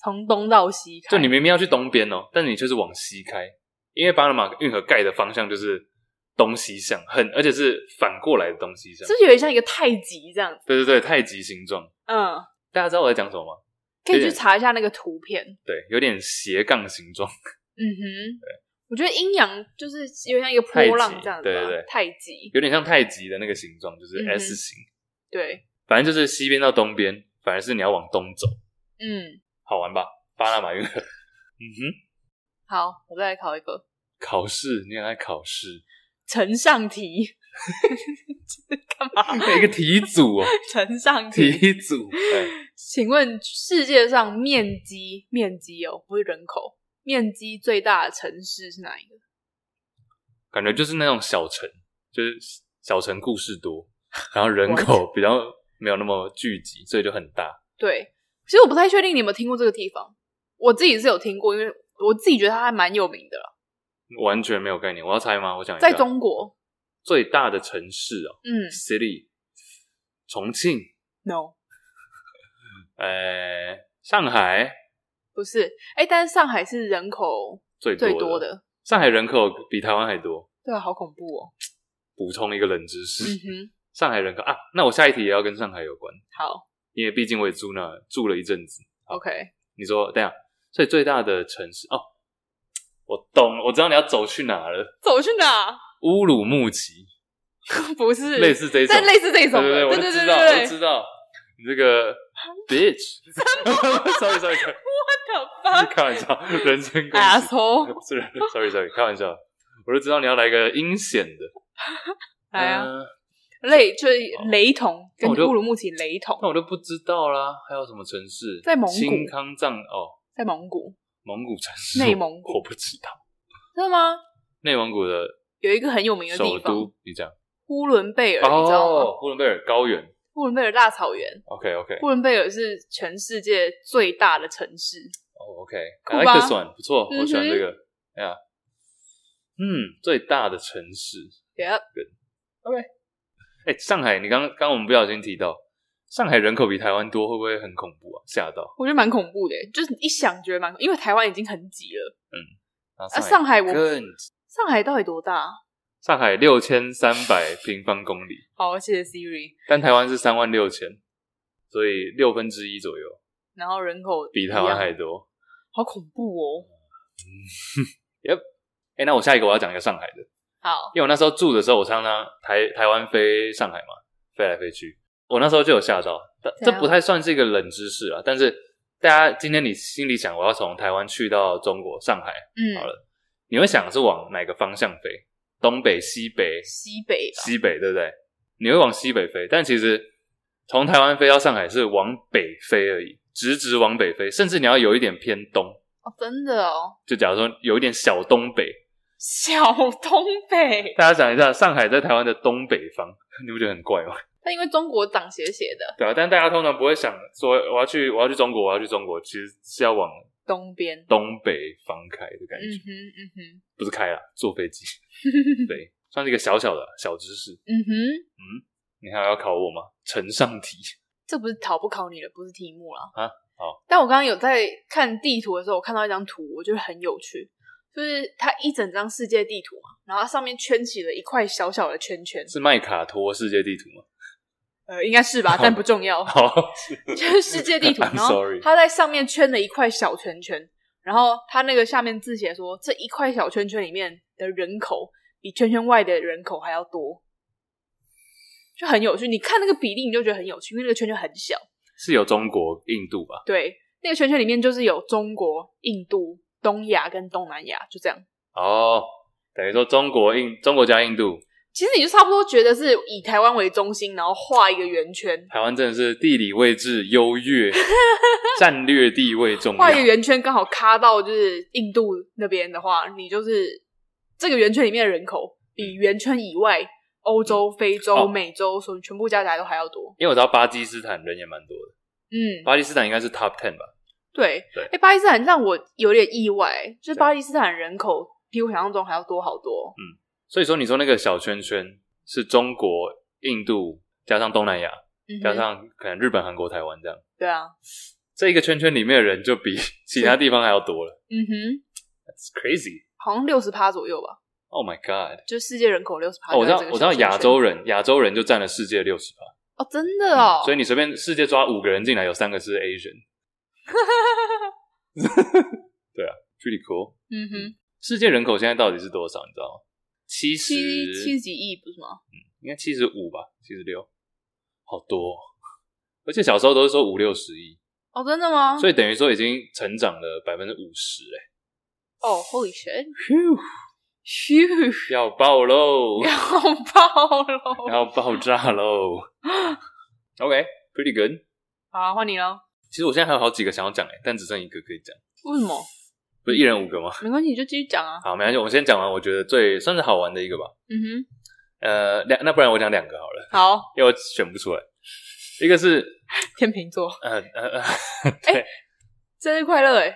[SPEAKER 2] 从东到西看，
[SPEAKER 1] 就你明明要去东边哦，但你却是往西开，因为巴拿马运河盖的方向就是东西向，很而且是反过来的东西向
[SPEAKER 2] 是不，是有点像一个太极这样？
[SPEAKER 1] 对对对，太极形状。
[SPEAKER 2] 嗯，
[SPEAKER 1] 大家知道我在讲什么吗？
[SPEAKER 2] 可以
[SPEAKER 1] 有
[SPEAKER 2] 去
[SPEAKER 1] 点
[SPEAKER 2] 查一下那个图片，
[SPEAKER 1] 对，有点斜杠形状。
[SPEAKER 2] 嗯哼，我觉得阴阳就是有点像一个波
[SPEAKER 1] 太极
[SPEAKER 2] 浪这样子吧，
[SPEAKER 1] 对对对
[SPEAKER 2] 太极，
[SPEAKER 1] 有点像太极的那个形状，就是
[SPEAKER 2] 嗯哼
[SPEAKER 1] S 型。
[SPEAKER 2] 对，
[SPEAKER 1] 反正就是西边到东边，反而是你要往东走，
[SPEAKER 2] 嗯，
[SPEAKER 1] 好玩吧？巴拿马运河。嗯哼，
[SPEAKER 2] 好，我再来考一个
[SPEAKER 1] 考试你很爱考试，
[SPEAKER 2] 呈上题， <laughs> 这是干嘛？
[SPEAKER 1] 有一个题组 <laughs> 哦，
[SPEAKER 2] 呈上题，
[SPEAKER 1] 题组。哎
[SPEAKER 2] 请问世界上面积面积哦，不是人口，面积最大的城市是哪一个？
[SPEAKER 1] 感觉就是那种小城，就是小城故事多，然后人口比较没有那么聚集，所以就很大。
[SPEAKER 2] 对，其实我不太确定你有没有听过这个地方，我自己是有听过，因为我自己觉得它还蛮有名的啦，
[SPEAKER 1] 完全没有概念，我要猜吗？我想一下，啊
[SPEAKER 2] 在中国，
[SPEAKER 1] 最大的城市哦
[SPEAKER 2] 嗯
[SPEAKER 1] ，city，重庆，
[SPEAKER 2] ，no，
[SPEAKER 1] 呃，上海
[SPEAKER 2] 不是，哎，但是上海是人口
[SPEAKER 1] 最
[SPEAKER 2] 最多的。
[SPEAKER 1] 上海人口比台湾还多。
[SPEAKER 2] 对啊，好恐怖哦。
[SPEAKER 1] 补充一个冷知识，
[SPEAKER 2] 嗯哼，
[SPEAKER 1] 上海人口啊，那我下一题也要跟上海有关，
[SPEAKER 2] 好
[SPEAKER 1] 因为毕竟我也住那住了一阵子。
[SPEAKER 2] ，OK，
[SPEAKER 1] 你说对啊，所以最大的城市哦，我懂，我知道你要走去哪了，
[SPEAKER 2] 走去哪？ <laughs>
[SPEAKER 1] 乌鲁木齐，
[SPEAKER 2] 不是，
[SPEAKER 1] 类似这种，
[SPEAKER 2] 但类似这种
[SPEAKER 1] 对
[SPEAKER 2] 的，
[SPEAKER 1] 对，我
[SPEAKER 2] 对
[SPEAKER 1] 就
[SPEAKER 2] 对
[SPEAKER 1] 知
[SPEAKER 2] 对
[SPEAKER 1] 道，我就
[SPEAKER 2] 对对
[SPEAKER 1] 知道，你这
[SPEAKER 2] <laughs>
[SPEAKER 1] 个 <laughs> bitch，sorry sorry sorry，
[SPEAKER 2] ，What 哎 the
[SPEAKER 1] 开玩笑，人身
[SPEAKER 2] fuck
[SPEAKER 1] 攻 <laughs> 击。
[SPEAKER 2] asshole，
[SPEAKER 1] 是 sorry sorry，开玩笑，我就知道你要来个阴险的，
[SPEAKER 2] 来啊，
[SPEAKER 1] 呃
[SPEAKER 2] 类就是雷同，
[SPEAKER 1] 哦那
[SPEAKER 2] 跟
[SPEAKER 1] 我就哦
[SPEAKER 2] 乌鲁木齐雷同
[SPEAKER 1] 那，我就不知道啦，还有什么城市？
[SPEAKER 2] 在蒙古
[SPEAKER 1] 新康藏哦，
[SPEAKER 2] 在蒙古，
[SPEAKER 1] 蒙古城市，
[SPEAKER 2] 内蒙古
[SPEAKER 1] 我不知道。
[SPEAKER 2] 真的吗？
[SPEAKER 1] 内蒙古的
[SPEAKER 2] 有一个很有名的
[SPEAKER 1] 首
[SPEAKER 2] 地方，
[SPEAKER 1] 都，哦你讲
[SPEAKER 2] 呼伦贝尔，你知道吗？
[SPEAKER 1] 呼伦贝尔高原。
[SPEAKER 2] 呼伦贝尔大草原，
[SPEAKER 1] OK OK
[SPEAKER 2] 呼伦贝尔是全世界最大的城市。
[SPEAKER 1] 哦 OK，
[SPEAKER 2] 酷
[SPEAKER 1] I
[SPEAKER 2] 吧
[SPEAKER 1] like this one，不错，
[SPEAKER 2] 嗯哼
[SPEAKER 1] 我喜欢这个。哎呀，嗯，最大的城市。
[SPEAKER 2] Yep，
[SPEAKER 1] 哎，上海，你刚刚刚我们不小心提到，上海人口比台湾多，会不会很恐怖啊？吓到。
[SPEAKER 2] 我觉得蛮恐怖的，欸就是一想觉得蛮，因为台湾已经很挤了。
[SPEAKER 1] 啊
[SPEAKER 2] 啊上海我
[SPEAKER 1] 更
[SPEAKER 2] 上海到底多大？啊
[SPEAKER 1] 上海六千三百平方公里，
[SPEAKER 2] 好，谢谢 Siri。
[SPEAKER 1] 但台湾是三万六千，所以六分之一左右，
[SPEAKER 2] 然后人口
[SPEAKER 1] 比台
[SPEAKER 2] 一
[SPEAKER 1] 湾
[SPEAKER 2] 样
[SPEAKER 1] 还多。
[SPEAKER 2] 好恐怖哦。
[SPEAKER 1] 哎、那我下一个我要讲一个上海的，
[SPEAKER 2] 好，
[SPEAKER 1] 因为我那时候住的时候，我常常台台湾飞上海嘛，飞来飞去，我那时候就有吓到。但
[SPEAKER 2] 怎
[SPEAKER 1] 这
[SPEAKER 2] 样
[SPEAKER 1] 不太算是一个冷知识啊，但是大家今天你心里想我要从台湾去到中国上海，好
[SPEAKER 2] 嗯，
[SPEAKER 1] 了你会想是往哪个方向飞？东北、西北、
[SPEAKER 2] 西北吧，
[SPEAKER 1] 西北，对不对？你会往西北飞，但其实从台湾飞到上海是往北飞而已，直直往北飞，甚至你要有一点偏东，
[SPEAKER 2] 哦，真的哦，
[SPEAKER 1] 就假如说有一点小东北，
[SPEAKER 2] 小东北。
[SPEAKER 1] 大家想一下，上海在台湾的东北方， <laughs> 你不觉得很怪吗？
[SPEAKER 2] 但因为中国长斜斜的
[SPEAKER 1] <laughs> 对啊，但大家通常不会想说哎我要去我要去中国，我要去中国，其实是要往
[SPEAKER 2] 东边，
[SPEAKER 1] 东北方开的感
[SPEAKER 2] 嗯
[SPEAKER 1] 觉，
[SPEAKER 2] 哼，嗯哼，
[SPEAKER 1] 不是开啦，坐飞机。对，算是一个小小的小知识。
[SPEAKER 2] 嗯哼，
[SPEAKER 1] 你还要考我吗？呈上题，
[SPEAKER 2] 这不是考不考你了，不是题目了
[SPEAKER 1] 啊。好，
[SPEAKER 2] 但我刚刚有在看地图的时候，我看到一张图，我觉得很有趣，就是它一整张世界地图嘛，然后它上面圈起了一块小小的圈圈，
[SPEAKER 1] 是麦卡托世界地图吗？ <laughs>
[SPEAKER 2] 呃，应该是吧，但不重要。
[SPEAKER 1] 好，
[SPEAKER 2] <laughs> 就是世界地
[SPEAKER 1] <laughs>
[SPEAKER 2] 图，
[SPEAKER 1] I'm
[SPEAKER 2] 然后
[SPEAKER 1] sorry
[SPEAKER 2] 它在上面圈了一块小圈圈，然后它那个下面字写说，这一块小圈圈里面的人口比圈圈外的人口还要多，就很有趣。你看那个比例，你就觉得很有趣，因为那个圈圈很小。
[SPEAKER 1] 是有中国、印度吧？
[SPEAKER 2] 对，那个圈圈里面就是有中国、印度、东亚跟东南亚，就这样。
[SPEAKER 1] 哦，等于说中国印中国加印度，
[SPEAKER 2] 其实你就差不多觉得是以台湾为中心，然后画一个圆圈，
[SPEAKER 1] 台湾真的是地理位置优
[SPEAKER 2] <laughs>
[SPEAKER 1] 越，战略地位重要
[SPEAKER 2] 画一。个圆圈刚好卡到就是印度那边的话，你就是这个圆圈里面的人口比圆圈以外欧洲、非洲、
[SPEAKER 1] 哦
[SPEAKER 2] 美洲所全部加起来都还要多。
[SPEAKER 1] 因为我知道巴基斯坦人也蛮多的，
[SPEAKER 2] 嗯，
[SPEAKER 1] 巴基斯坦应该是 top ten 吧？
[SPEAKER 2] 对。
[SPEAKER 1] 对
[SPEAKER 2] 哎、巴基斯坦让我有点意外，就是巴基斯坦人口比我想象中还要多好多。
[SPEAKER 1] 所以说你说那个小圈圈是中国、印度加上东南亚，
[SPEAKER 2] 嗯哼
[SPEAKER 1] 加上可能日本、韩国、台湾这样，
[SPEAKER 2] 对啊，
[SPEAKER 1] 这一个圈圈里面的人就比其他地方还要多了。
[SPEAKER 2] 嗯哼，
[SPEAKER 1] That's crazy!
[SPEAKER 2] 好像六十趴左右吧，
[SPEAKER 1] Oh my god！
[SPEAKER 2] 就世界人口六十趴。
[SPEAKER 1] 哦，我知道，我知道亚洲人，亚洲人就占了世界六十吧。
[SPEAKER 2] 哦，真的哦，
[SPEAKER 1] 嗯所以你随便世界抓五个人进来，有三个是
[SPEAKER 2] <laughs>
[SPEAKER 1] Asian。对啊，pretty cool。
[SPEAKER 2] 嗯哼，
[SPEAKER 1] 世界人口现在到底是多少？你知道吗？七十
[SPEAKER 2] 七七十几亿不是吗？
[SPEAKER 1] 应该七十五吧，七十六，好多、哦。而且小时候都是说五六十亿，
[SPEAKER 2] 哦，真的吗？
[SPEAKER 1] 所以等于说已经成长了百分之五十，哎，
[SPEAKER 2] 哦，Holy shit！
[SPEAKER 1] 咻，
[SPEAKER 2] 嘘。
[SPEAKER 1] 要爆喽，
[SPEAKER 2] 要爆喽！
[SPEAKER 1] 要爆炸
[SPEAKER 2] <laughs>
[SPEAKER 1] 喽。OK，pretty、good。
[SPEAKER 2] 好，换你喽。
[SPEAKER 1] 其实我现在还有好几个想要讲，哎，但只剩一个可以讲，
[SPEAKER 2] 为什么？
[SPEAKER 1] 不是一人五个吗？
[SPEAKER 2] 没关系，你就继续讲啊。
[SPEAKER 1] 好，没关系，我先讲完，我觉得最算是好玩的一个吧。
[SPEAKER 2] 嗯
[SPEAKER 1] 呃，两，那不然我讲两个好了，
[SPEAKER 2] 哼，好，
[SPEAKER 1] 因为我选不出来。一个是，
[SPEAKER 2] 天秤座，
[SPEAKER 1] 呃呃呃，
[SPEAKER 2] 哎生日快乐哎！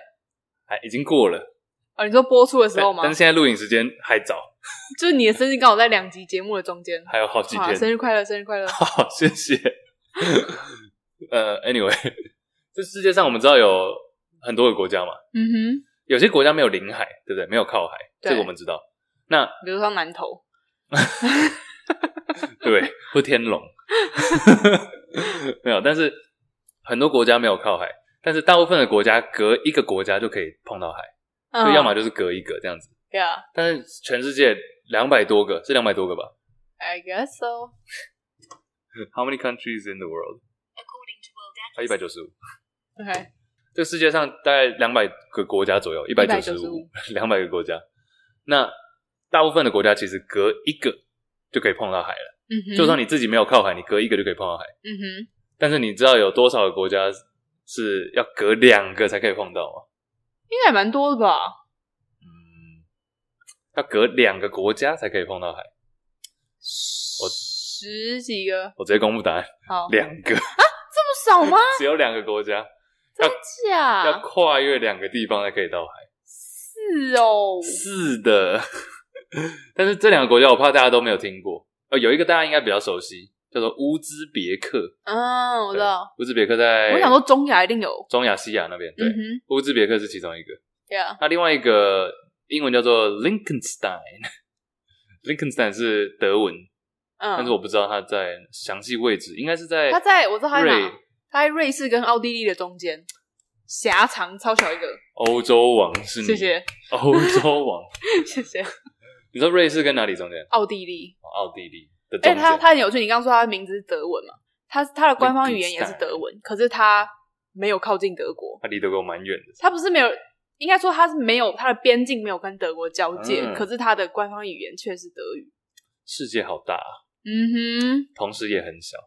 [SPEAKER 1] 还已经过了，
[SPEAKER 2] 哦，你说播出的时候吗
[SPEAKER 1] 但？是现在录影时间还早，
[SPEAKER 2] 就是你的生日刚好在两集节目的中间。
[SPEAKER 1] 还有好几
[SPEAKER 2] 啊，
[SPEAKER 1] 天。
[SPEAKER 2] 生日快乐，生日快乐！
[SPEAKER 1] <laughs> 好，谢谢。呃，anyway，这 <laughs> 世界上我们知道有很多个国家嘛，
[SPEAKER 2] 嗯
[SPEAKER 1] 有些国家没有领海，对不对？没有靠海，
[SPEAKER 2] 对
[SPEAKER 1] 这个我们知道。那
[SPEAKER 2] 哼，比如说南投，
[SPEAKER 1] 对，或天
[SPEAKER 2] <laughs>
[SPEAKER 1] 龙没有，但是很多国家没有靠海，但是大部分的国家隔一个国家就可以碰到海，就
[SPEAKER 2] 嗯
[SPEAKER 1] 要么就是隔一个这样子。
[SPEAKER 2] ，Yeah，I
[SPEAKER 1] 但是全世界两百多个，是两百多个吧
[SPEAKER 2] guess so。
[SPEAKER 1] ？How many countries in the world？啊，一百九十五。
[SPEAKER 2] OK，
[SPEAKER 1] 这个世界上大概两百个国家左右，一百九十五， <laughs> 两百个国家。那大部分的国家其实隔一个就可以碰到海了，
[SPEAKER 2] 嗯哼，
[SPEAKER 1] 就算
[SPEAKER 2] 你，
[SPEAKER 1] 你自己没有靠海，你隔一个就可以碰到海。
[SPEAKER 2] 嗯哼，
[SPEAKER 1] 但是你知道有多少个国家是要隔两个才可以碰到吗？
[SPEAKER 2] 应该也蛮多的吧？
[SPEAKER 1] 嗯，要隔两个国家才可以碰到海。
[SPEAKER 2] 我十几个，
[SPEAKER 1] 我直接公布答案，
[SPEAKER 2] 好，
[SPEAKER 1] 两个，
[SPEAKER 2] 这么少吗？
[SPEAKER 1] 只有两个国家
[SPEAKER 2] 真
[SPEAKER 1] 要
[SPEAKER 2] 假？
[SPEAKER 1] 跨越两个地方才可以到海。
[SPEAKER 2] 是哦，
[SPEAKER 1] 是的， <laughs> 但是这两个国家我怕大家都没有听过。呃，有一个大家应该比较熟悉，叫做乌兹别克。
[SPEAKER 2] 아,嗯，我知道。
[SPEAKER 1] 乌兹别克在
[SPEAKER 2] 我想说中亚一定有，
[SPEAKER 1] 中亚西亚那边，对，
[SPEAKER 2] 嗯哼
[SPEAKER 1] 乌兹别克是其中一个。
[SPEAKER 2] ，Yeah，
[SPEAKER 1] 那另外一个英文叫做 <laughs> Lincolnstein， Liechtenstein 是德文，
[SPEAKER 2] 嗯，
[SPEAKER 1] 但是我不知道它在详细位置，应该是在
[SPEAKER 2] 它在我知道它在
[SPEAKER 1] 瑞
[SPEAKER 2] 哪，它在瑞士跟奥地利的中间，狭长超小一个。
[SPEAKER 1] 欧洲王是你，
[SPEAKER 2] 谢谢
[SPEAKER 1] <laughs>
[SPEAKER 2] <laughs>
[SPEAKER 1] 欧洲王。
[SPEAKER 2] 谢谢，
[SPEAKER 1] 你说瑞士跟哪里中间？
[SPEAKER 2] 奥地利。
[SPEAKER 1] 哦奥地利的中
[SPEAKER 2] 哎、欸，
[SPEAKER 1] 间。
[SPEAKER 2] 它它很有趣，你刚刚说它的名字是德文嘛？它它的官方语言也是
[SPEAKER 1] Liechtenstein
[SPEAKER 2] 德文，可是它没有靠近德国，
[SPEAKER 1] 它离德国蛮远的。
[SPEAKER 2] 它不是没有，应该说它是没有它的边境没有跟德国交界，
[SPEAKER 1] 嗯
[SPEAKER 2] 可是它的官方语言却是德语。
[SPEAKER 1] 世界好大，啊
[SPEAKER 2] 嗯
[SPEAKER 1] 同时也很小，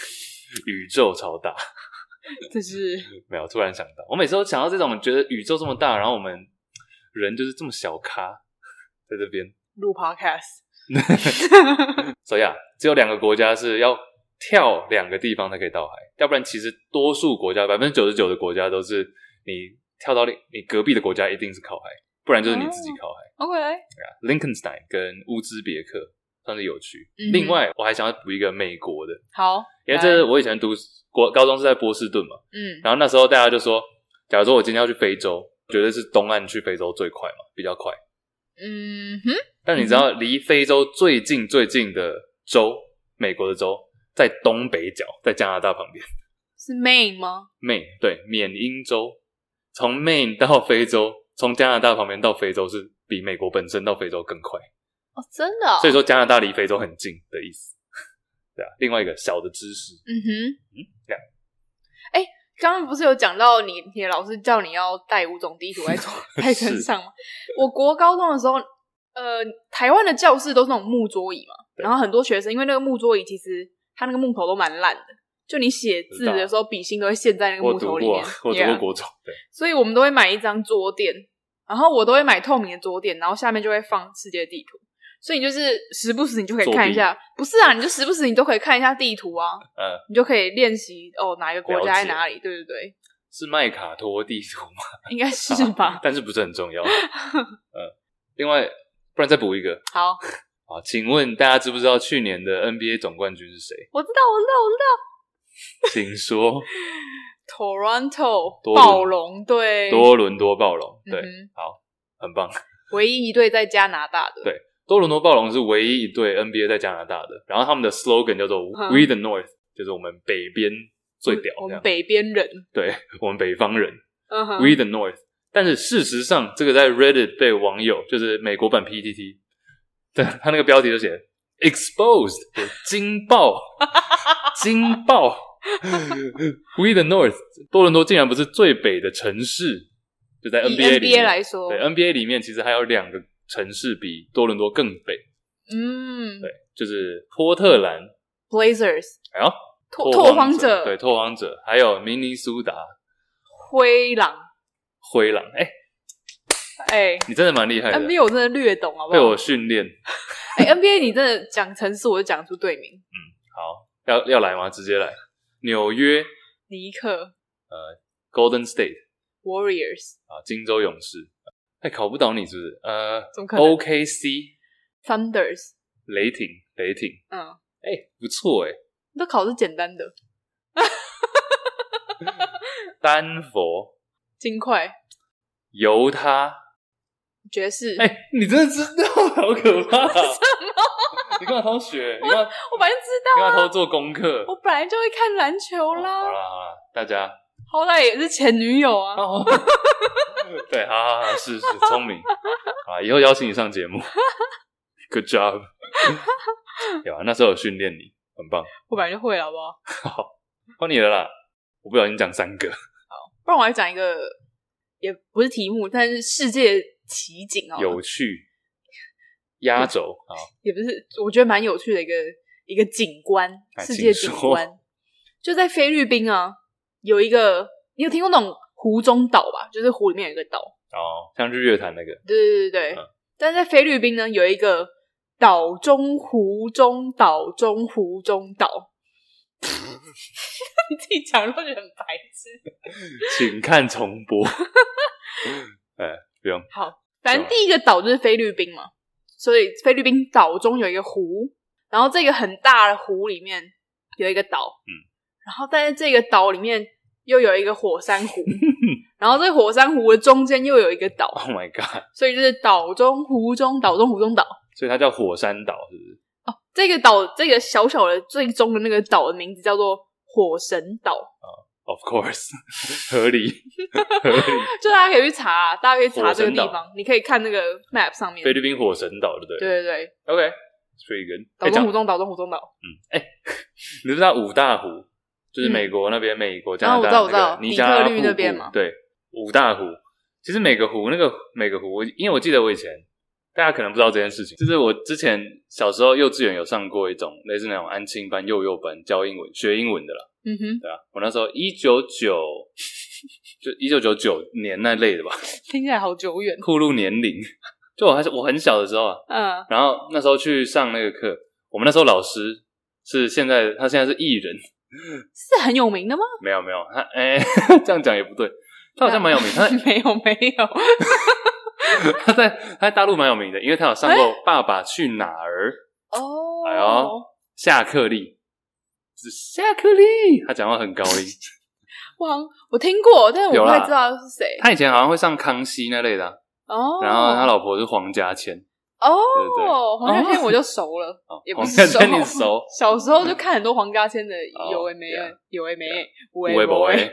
[SPEAKER 1] <laughs> 宇宙超大。
[SPEAKER 2] 哼，就是
[SPEAKER 1] 没有，突然想到，我每次都想到这种，觉得宇宙这么大，然后我们人就是这么小咖，在这边。
[SPEAKER 2] 录 podcast。
[SPEAKER 1] 所以啊，只有两个国家是要跳两个地方才可以到海，要不然其实多数国家百分之九十九的国家都是你跳到另你隔壁的国家一定是靠海，不然就是你
[SPEAKER 2] 哦
[SPEAKER 1] 自己靠海。
[SPEAKER 2] OK，
[SPEAKER 1] 对啊，Lincolnstein 跟乌兹别克算是有趣。
[SPEAKER 2] 嗯哼
[SPEAKER 1] 另外，我还想要补一个美国的，
[SPEAKER 2] 好，
[SPEAKER 1] 因为这是我以前读国高中是在波士顿嘛，
[SPEAKER 2] 嗯
[SPEAKER 1] 然后那时候大家就说，假如说我今天要去非洲，绝对是东岸去非洲最快嘛，比较快。
[SPEAKER 2] 嗯哼，
[SPEAKER 1] 但你知道，离非洲最近最近的州，美国的州在东北角，在加拿大旁边
[SPEAKER 2] 是 Maine 吗？
[SPEAKER 1] ，Maine 对，缅因州，从 Maine 到非洲，从加拿大旁边到非洲是比美国本身到非洲更快，
[SPEAKER 2] 哦，真的、哦。
[SPEAKER 1] 所以说加拿大离非洲很近的意思。对啊，另外一个小的知识，
[SPEAKER 2] 嗯哼，
[SPEAKER 1] 这样。
[SPEAKER 2] 哎，刚刚不是有讲到你你的老师叫你要带五种地图
[SPEAKER 1] <laughs>
[SPEAKER 2] 来做在身上吗？我国高中的时候，呃，台湾的教室都是那种木桌椅嘛，
[SPEAKER 1] 对
[SPEAKER 2] 然后很多学生因为那个木桌椅其实它那个木头都蛮烂的，就你写字的时候笔芯都会陷在那个
[SPEAKER 1] 我
[SPEAKER 2] 木
[SPEAKER 1] 读
[SPEAKER 2] 头里
[SPEAKER 1] 过
[SPEAKER 2] 面
[SPEAKER 1] 啊，我读
[SPEAKER 2] Yeah
[SPEAKER 1] 过国中，对，
[SPEAKER 2] 所以我们都会买一张桌垫，然后我都会买透明的桌垫，然后下面就会放世界地图。所以你就是时不时你就可以看一下，不是啊，你就时不时你都可以看一下地图啊，
[SPEAKER 1] 嗯，
[SPEAKER 2] 你就可以练习哦哪一个国家
[SPEAKER 1] 了
[SPEAKER 2] 在
[SPEAKER 1] 解
[SPEAKER 2] 哪里，对对对，
[SPEAKER 1] 是麦卡托地图吗？？
[SPEAKER 2] 应该 <laughs> 是吧
[SPEAKER 1] 但是不是很重要。呃，另外，不然再补一个
[SPEAKER 2] 好，
[SPEAKER 1] 啊，请问大家知不知道去年的 NBA 总冠军是谁？
[SPEAKER 2] 我知道，我知道，我知道
[SPEAKER 1] 请说
[SPEAKER 2] ，Toronto
[SPEAKER 1] 多伦
[SPEAKER 2] 暴龙队，
[SPEAKER 1] 多伦多暴龙。对，
[SPEAKER 2] 嗯
[SPEAKER 1] 很棒。
[SPEAKER 2] 哼唯一一队在加拿大的，
[SPEAKER 1] 对多伦多暴龙是唯一一队 NBA 在加拿大的，然后他们的 slogan 叫做
[SPEAKER 2] 嗯
[SPEAKER 1] “We the North”，就是我们北边最屌
[SPEAKER 2] 我
[SPEAKER 1] 这
[SPEAKER 2] 们
[SPEAKER 1] 样。
[SPEAKER 2] 北边人，
[SPEAKER 1] 对我们北方人、
[SPEAKER 2] 嗯哼
[SPEAKER 1] w e the North”。但是事实上，这个在 Reddit 被网友就是美国版 PTT，对他那个标题就写 “Exposed”，就是惊爆， <laughs> 惊爆。We the North，多伦多竟然不是最北的城市，就在
[SPEAKER 2] 以
[SPEAKER 1] NBA 里
[SPEAKER 2] NBA
[SPEAKER 1] 面
[SPEAKER 2] 来说，
[SPEAKER 1] 对 NBA 里面其实还有两个城市比多伦多更北，
[SPEAKER 2] 嗯
[SPEAKER 1] 对，就是波特兰，
[SPEAKER 2] ，Blazers
[SPEAKER 1] 哎呦，
[SPEAKER 2] 拓拓荒
[SPEAKER 1] 者，
[SPEAKER 2] 者，
[SPEAKER 1] 对，拓荒者，还有明尼苏达
[SPEAKER 2] 灰狼，
[SPEAKER 1] 灰狼，哎、
[SPEAKER 2] 哎、
[SPEAKER 1] 你真的蛮厉害的，
[SPEAKER 2] NBA 我真的略懂，好不
[SPEAKER 1] 被
[SPEAKER 2] 好
[SPEAKER 1] 我？训练。
[SPEAKER 2] 哎、n b a 你真的讲城市，我就讲出队名：
[SPEAKER 1] 好，要要来吗？直接来，纽约
[SPEAKER 2] 尼克
[SPEAKER 1] Golden State
[SPEAKER 2] Warriors，
[SPEAKER 1] 啊，金州勇士，哎、考不倒你是不是？呃
[SPEAKER 2] 怎么可能
[SPEAKER 1] ，OKC
[SPEAKER 2] Thunders，
[SPEAKER 1] 雷霆，雷霆，
[SPEAKER 2] 嗯，
[SPEAKER 1] 哎、不错哎、
[SPEAKER 2] 你都考的是简单的，
[SPEAKER 1] 丹佛
[SPEAKER 2] 金块
[SPEAKER 1] 犹他。
[SPEAKER 2] 爵士。
[SPEAKER 1] 哎、你真的知道， <laughs> 好可怕、什么？你干嘛偷学？你干嘛？
[SPEAKER 2] <laughs> 我本来就知
[SPEAKER 1] 你
[SPEAKER 2] 道
[SPEAKER 1] 干嘛偷
[SPEAKER 2] 啊，
[SPEAKER 1] 做功课？
[SPEAKER 2] 我本来就会看篮球
[SPEAKER 1] 哦好
[SPEAKER 2] 啦，
[SPEAKER 1] 啦好啦，大家，
[SPEAKER 2] 好歹也是前女友啊。
[SPEAKER 1] 哦、 <laughs> 对，好好好，是是，聪明 <laughs> 啊！以后邀请你上节目 <laughs> ，Good job。有啊，那时候有训练你，很棒。
[SPEAKER 2] 我本来就会了，好不好？
[SPEAKER 1] 换你了啦，我不小心讲三个，
[SPEAKER 2] 不然我来讲一个，也不是题目，但是世界奇景哦，
[SPEAKER 1] 有趣，压轴啊！
[SPEAKER 2] 也不是，我觉得蛮有趣的一个一个景观，
[SPEAKER 1] 哎
[SPEAKER 2] 世界
[SPEAKER 1] 请
[SPEAKER 2] 景
[SPEAKER 1] 说
[SPEAKER 2] 观，就在菲律宾啊，有一个你有听过那种湖中岛吧？就是湖里面有一个岛，
[SPEAKER 1] 哦，像日月潭那个， <laughs>
[SPEAKER 2] 对对对对。对
[SPEAKER 1] 嗯
[SPEAKER 2] 但是在菲律宾呢，有一个岛中湖中岛中湖中岛， <laughs> 你自己讲都觉得很白痴。
[SPEAKER 1] 请看重播。 <laughs> 哎、不用，
[SPEAKER 2] 好，反正第一个岛就是菲律宾嘛，所以菲律宾岛中有一个湖，然后这个很大的湖里面有一个岛，
[SPEAKER 1] 嗯，
[SPEAKER 2] 然后但是这个岛里面又有一个火山
[SPEAKER 1] <laughs>
[SPEAKER 2] 湖，然后这个火山湖的中间又有一个岛，
[SPEAKER 1] Oh my god！
[SPEAKER 2] 所以就是岛中湖中岛中湖中岛，
[SPEAKER 1] 所以它叫火山岛，是不是？
[SPEAKER 2] 哦，这个岛，这个小小的最终的那个岛的名字叫做火神岛，
[SPEAKER 1] Of course，合 <laughs> 理合理。
[SPEAKER 2] 就大家可以去查，啊大家可以查这个地
[SPEAKER 1] 火神
[SPEAKER 2] 方，你可以看那个 map 上面。
[SPEAKER 1] 菲
[SPEAKER 2] 对
[SPEAKER 1] 律宾火神岛，对不对？
[SPEAKER 2] 对对，
[SPEAKER 1] ，OK，pretty good。
[SPEAKER 2] 岛
[SPEAKER 1] 哎，
[SPEAKER 2] 中
[SPEAKER 1] 讲，
[SPEAKER 2] 湖中岛中湖中岛，
[SPEAKER 1] 你知不知道五大湖？就是
[SPEAKER 2] 嗯
[SPEAKER 1] 美国那边，美国加
[SPEAKER 2] 啊
[SPEAKER 1] 拿
[SPEAKER 2] 我
[SPEAKER 1] 大、
[SPEAKER 2] 知道我
[SPEAKER 1] 那个
[SPEAKER 2] 知道
[SPEAKER 1] 尼
[SPEAKER 2] 底
[SPEAKER 1] 加
[SPEAKER 2] 特
[SPEAKER 1] 拉
[SPEAKER 2] 律
[SPEAKER 1] 瀑
[SPEAKER 2] 那边
[SPEAKER 1] 布
[SPEAKER 2] 嘛
[SPEAKER 1] 对，五大湖。其实每个湖，那个每个湖，我因为我记得我以前大家可能不知道这件事情，就是我之前小时候幼稚园有上过一种类似那种安亲班、幼幼班教英文、学英文的啦。
[SPEAKER 2] 嗯哼，
[SPEAKER 1] 对啊，我那时候一九九，就一九九九年那类的吧， <laughs>
[SPEAKER 2] 听起来好久远。哦
[SPEAKER 1] 暴露年龄。就我还是我很小的时候啊，
[SPEAKER 2] 嗯，
[SPEAKER 1] 然后那时候去上那个课，我们那时候老师是现在他现在是艺人，
[SPEAKER 2] 是很有名的吗？
[SPEAKER 1] 没有没有他 <laughs> 哎、这样讲也不对，他好像蛮有名，
[SPEAKER 2] <laughs>
[SPEAKER 1] 他
[SPEAKER 2] 没有没有，
[SPEAKER 1] 他在他在大陆蛮有名的，因为他有上
[SPEAKER 2] 哎
[SPEAKER 1] 过《爸爸去哪儿》
[SPEAKER 2] 哦，
[SPEAKER 1] 哎呦夏克立，是夏克立，他讲话很高
[SPEAKER 2] <laughs>
[SPEAKER 1] 音，
[SPEAKER 2] 哇，我听过，但是我
[SPEAKER 1] 有
[SPEAKER 2] 不
[SPEAKER 1] 啦
[SPEAKER 2] 太知道是谁。
[SPEAKER 1] 他以前好像会上康熙那类的啊、
[SPEAKER 2] 哦，
[SPEAKER 1] <laughs> 然后他老婆是黄家千，对
[SPEAKER 2] 哦，黄家千我就熟了，
[SPEAKER 1] 哦
[SPEAKER 2] 也，不
[SPEAKER 1] 黄
[SPEAKER 2] 是
[SPEAKER 1] 家千
[SPEAKER 2] 熟
[SPEAKER 1] 你
[SPEAKER 2] <laughs>
[SPEAKER 1] 熟，
[SPEAKER 2] 小时候就看很多黄家千的
[SPEAKER 1] 哦
[SPEAKER 2] 有诶没
[SPEAKER 1] 对
[SPEAKER 2] 诶，有诶没诶，无
[SPEAKER 1] 不会
[SPEAKER 2] 诶
[SPEAKER 1] 不
[SPEAKER 2] 无诶
[SPEAKER 1] 会。哎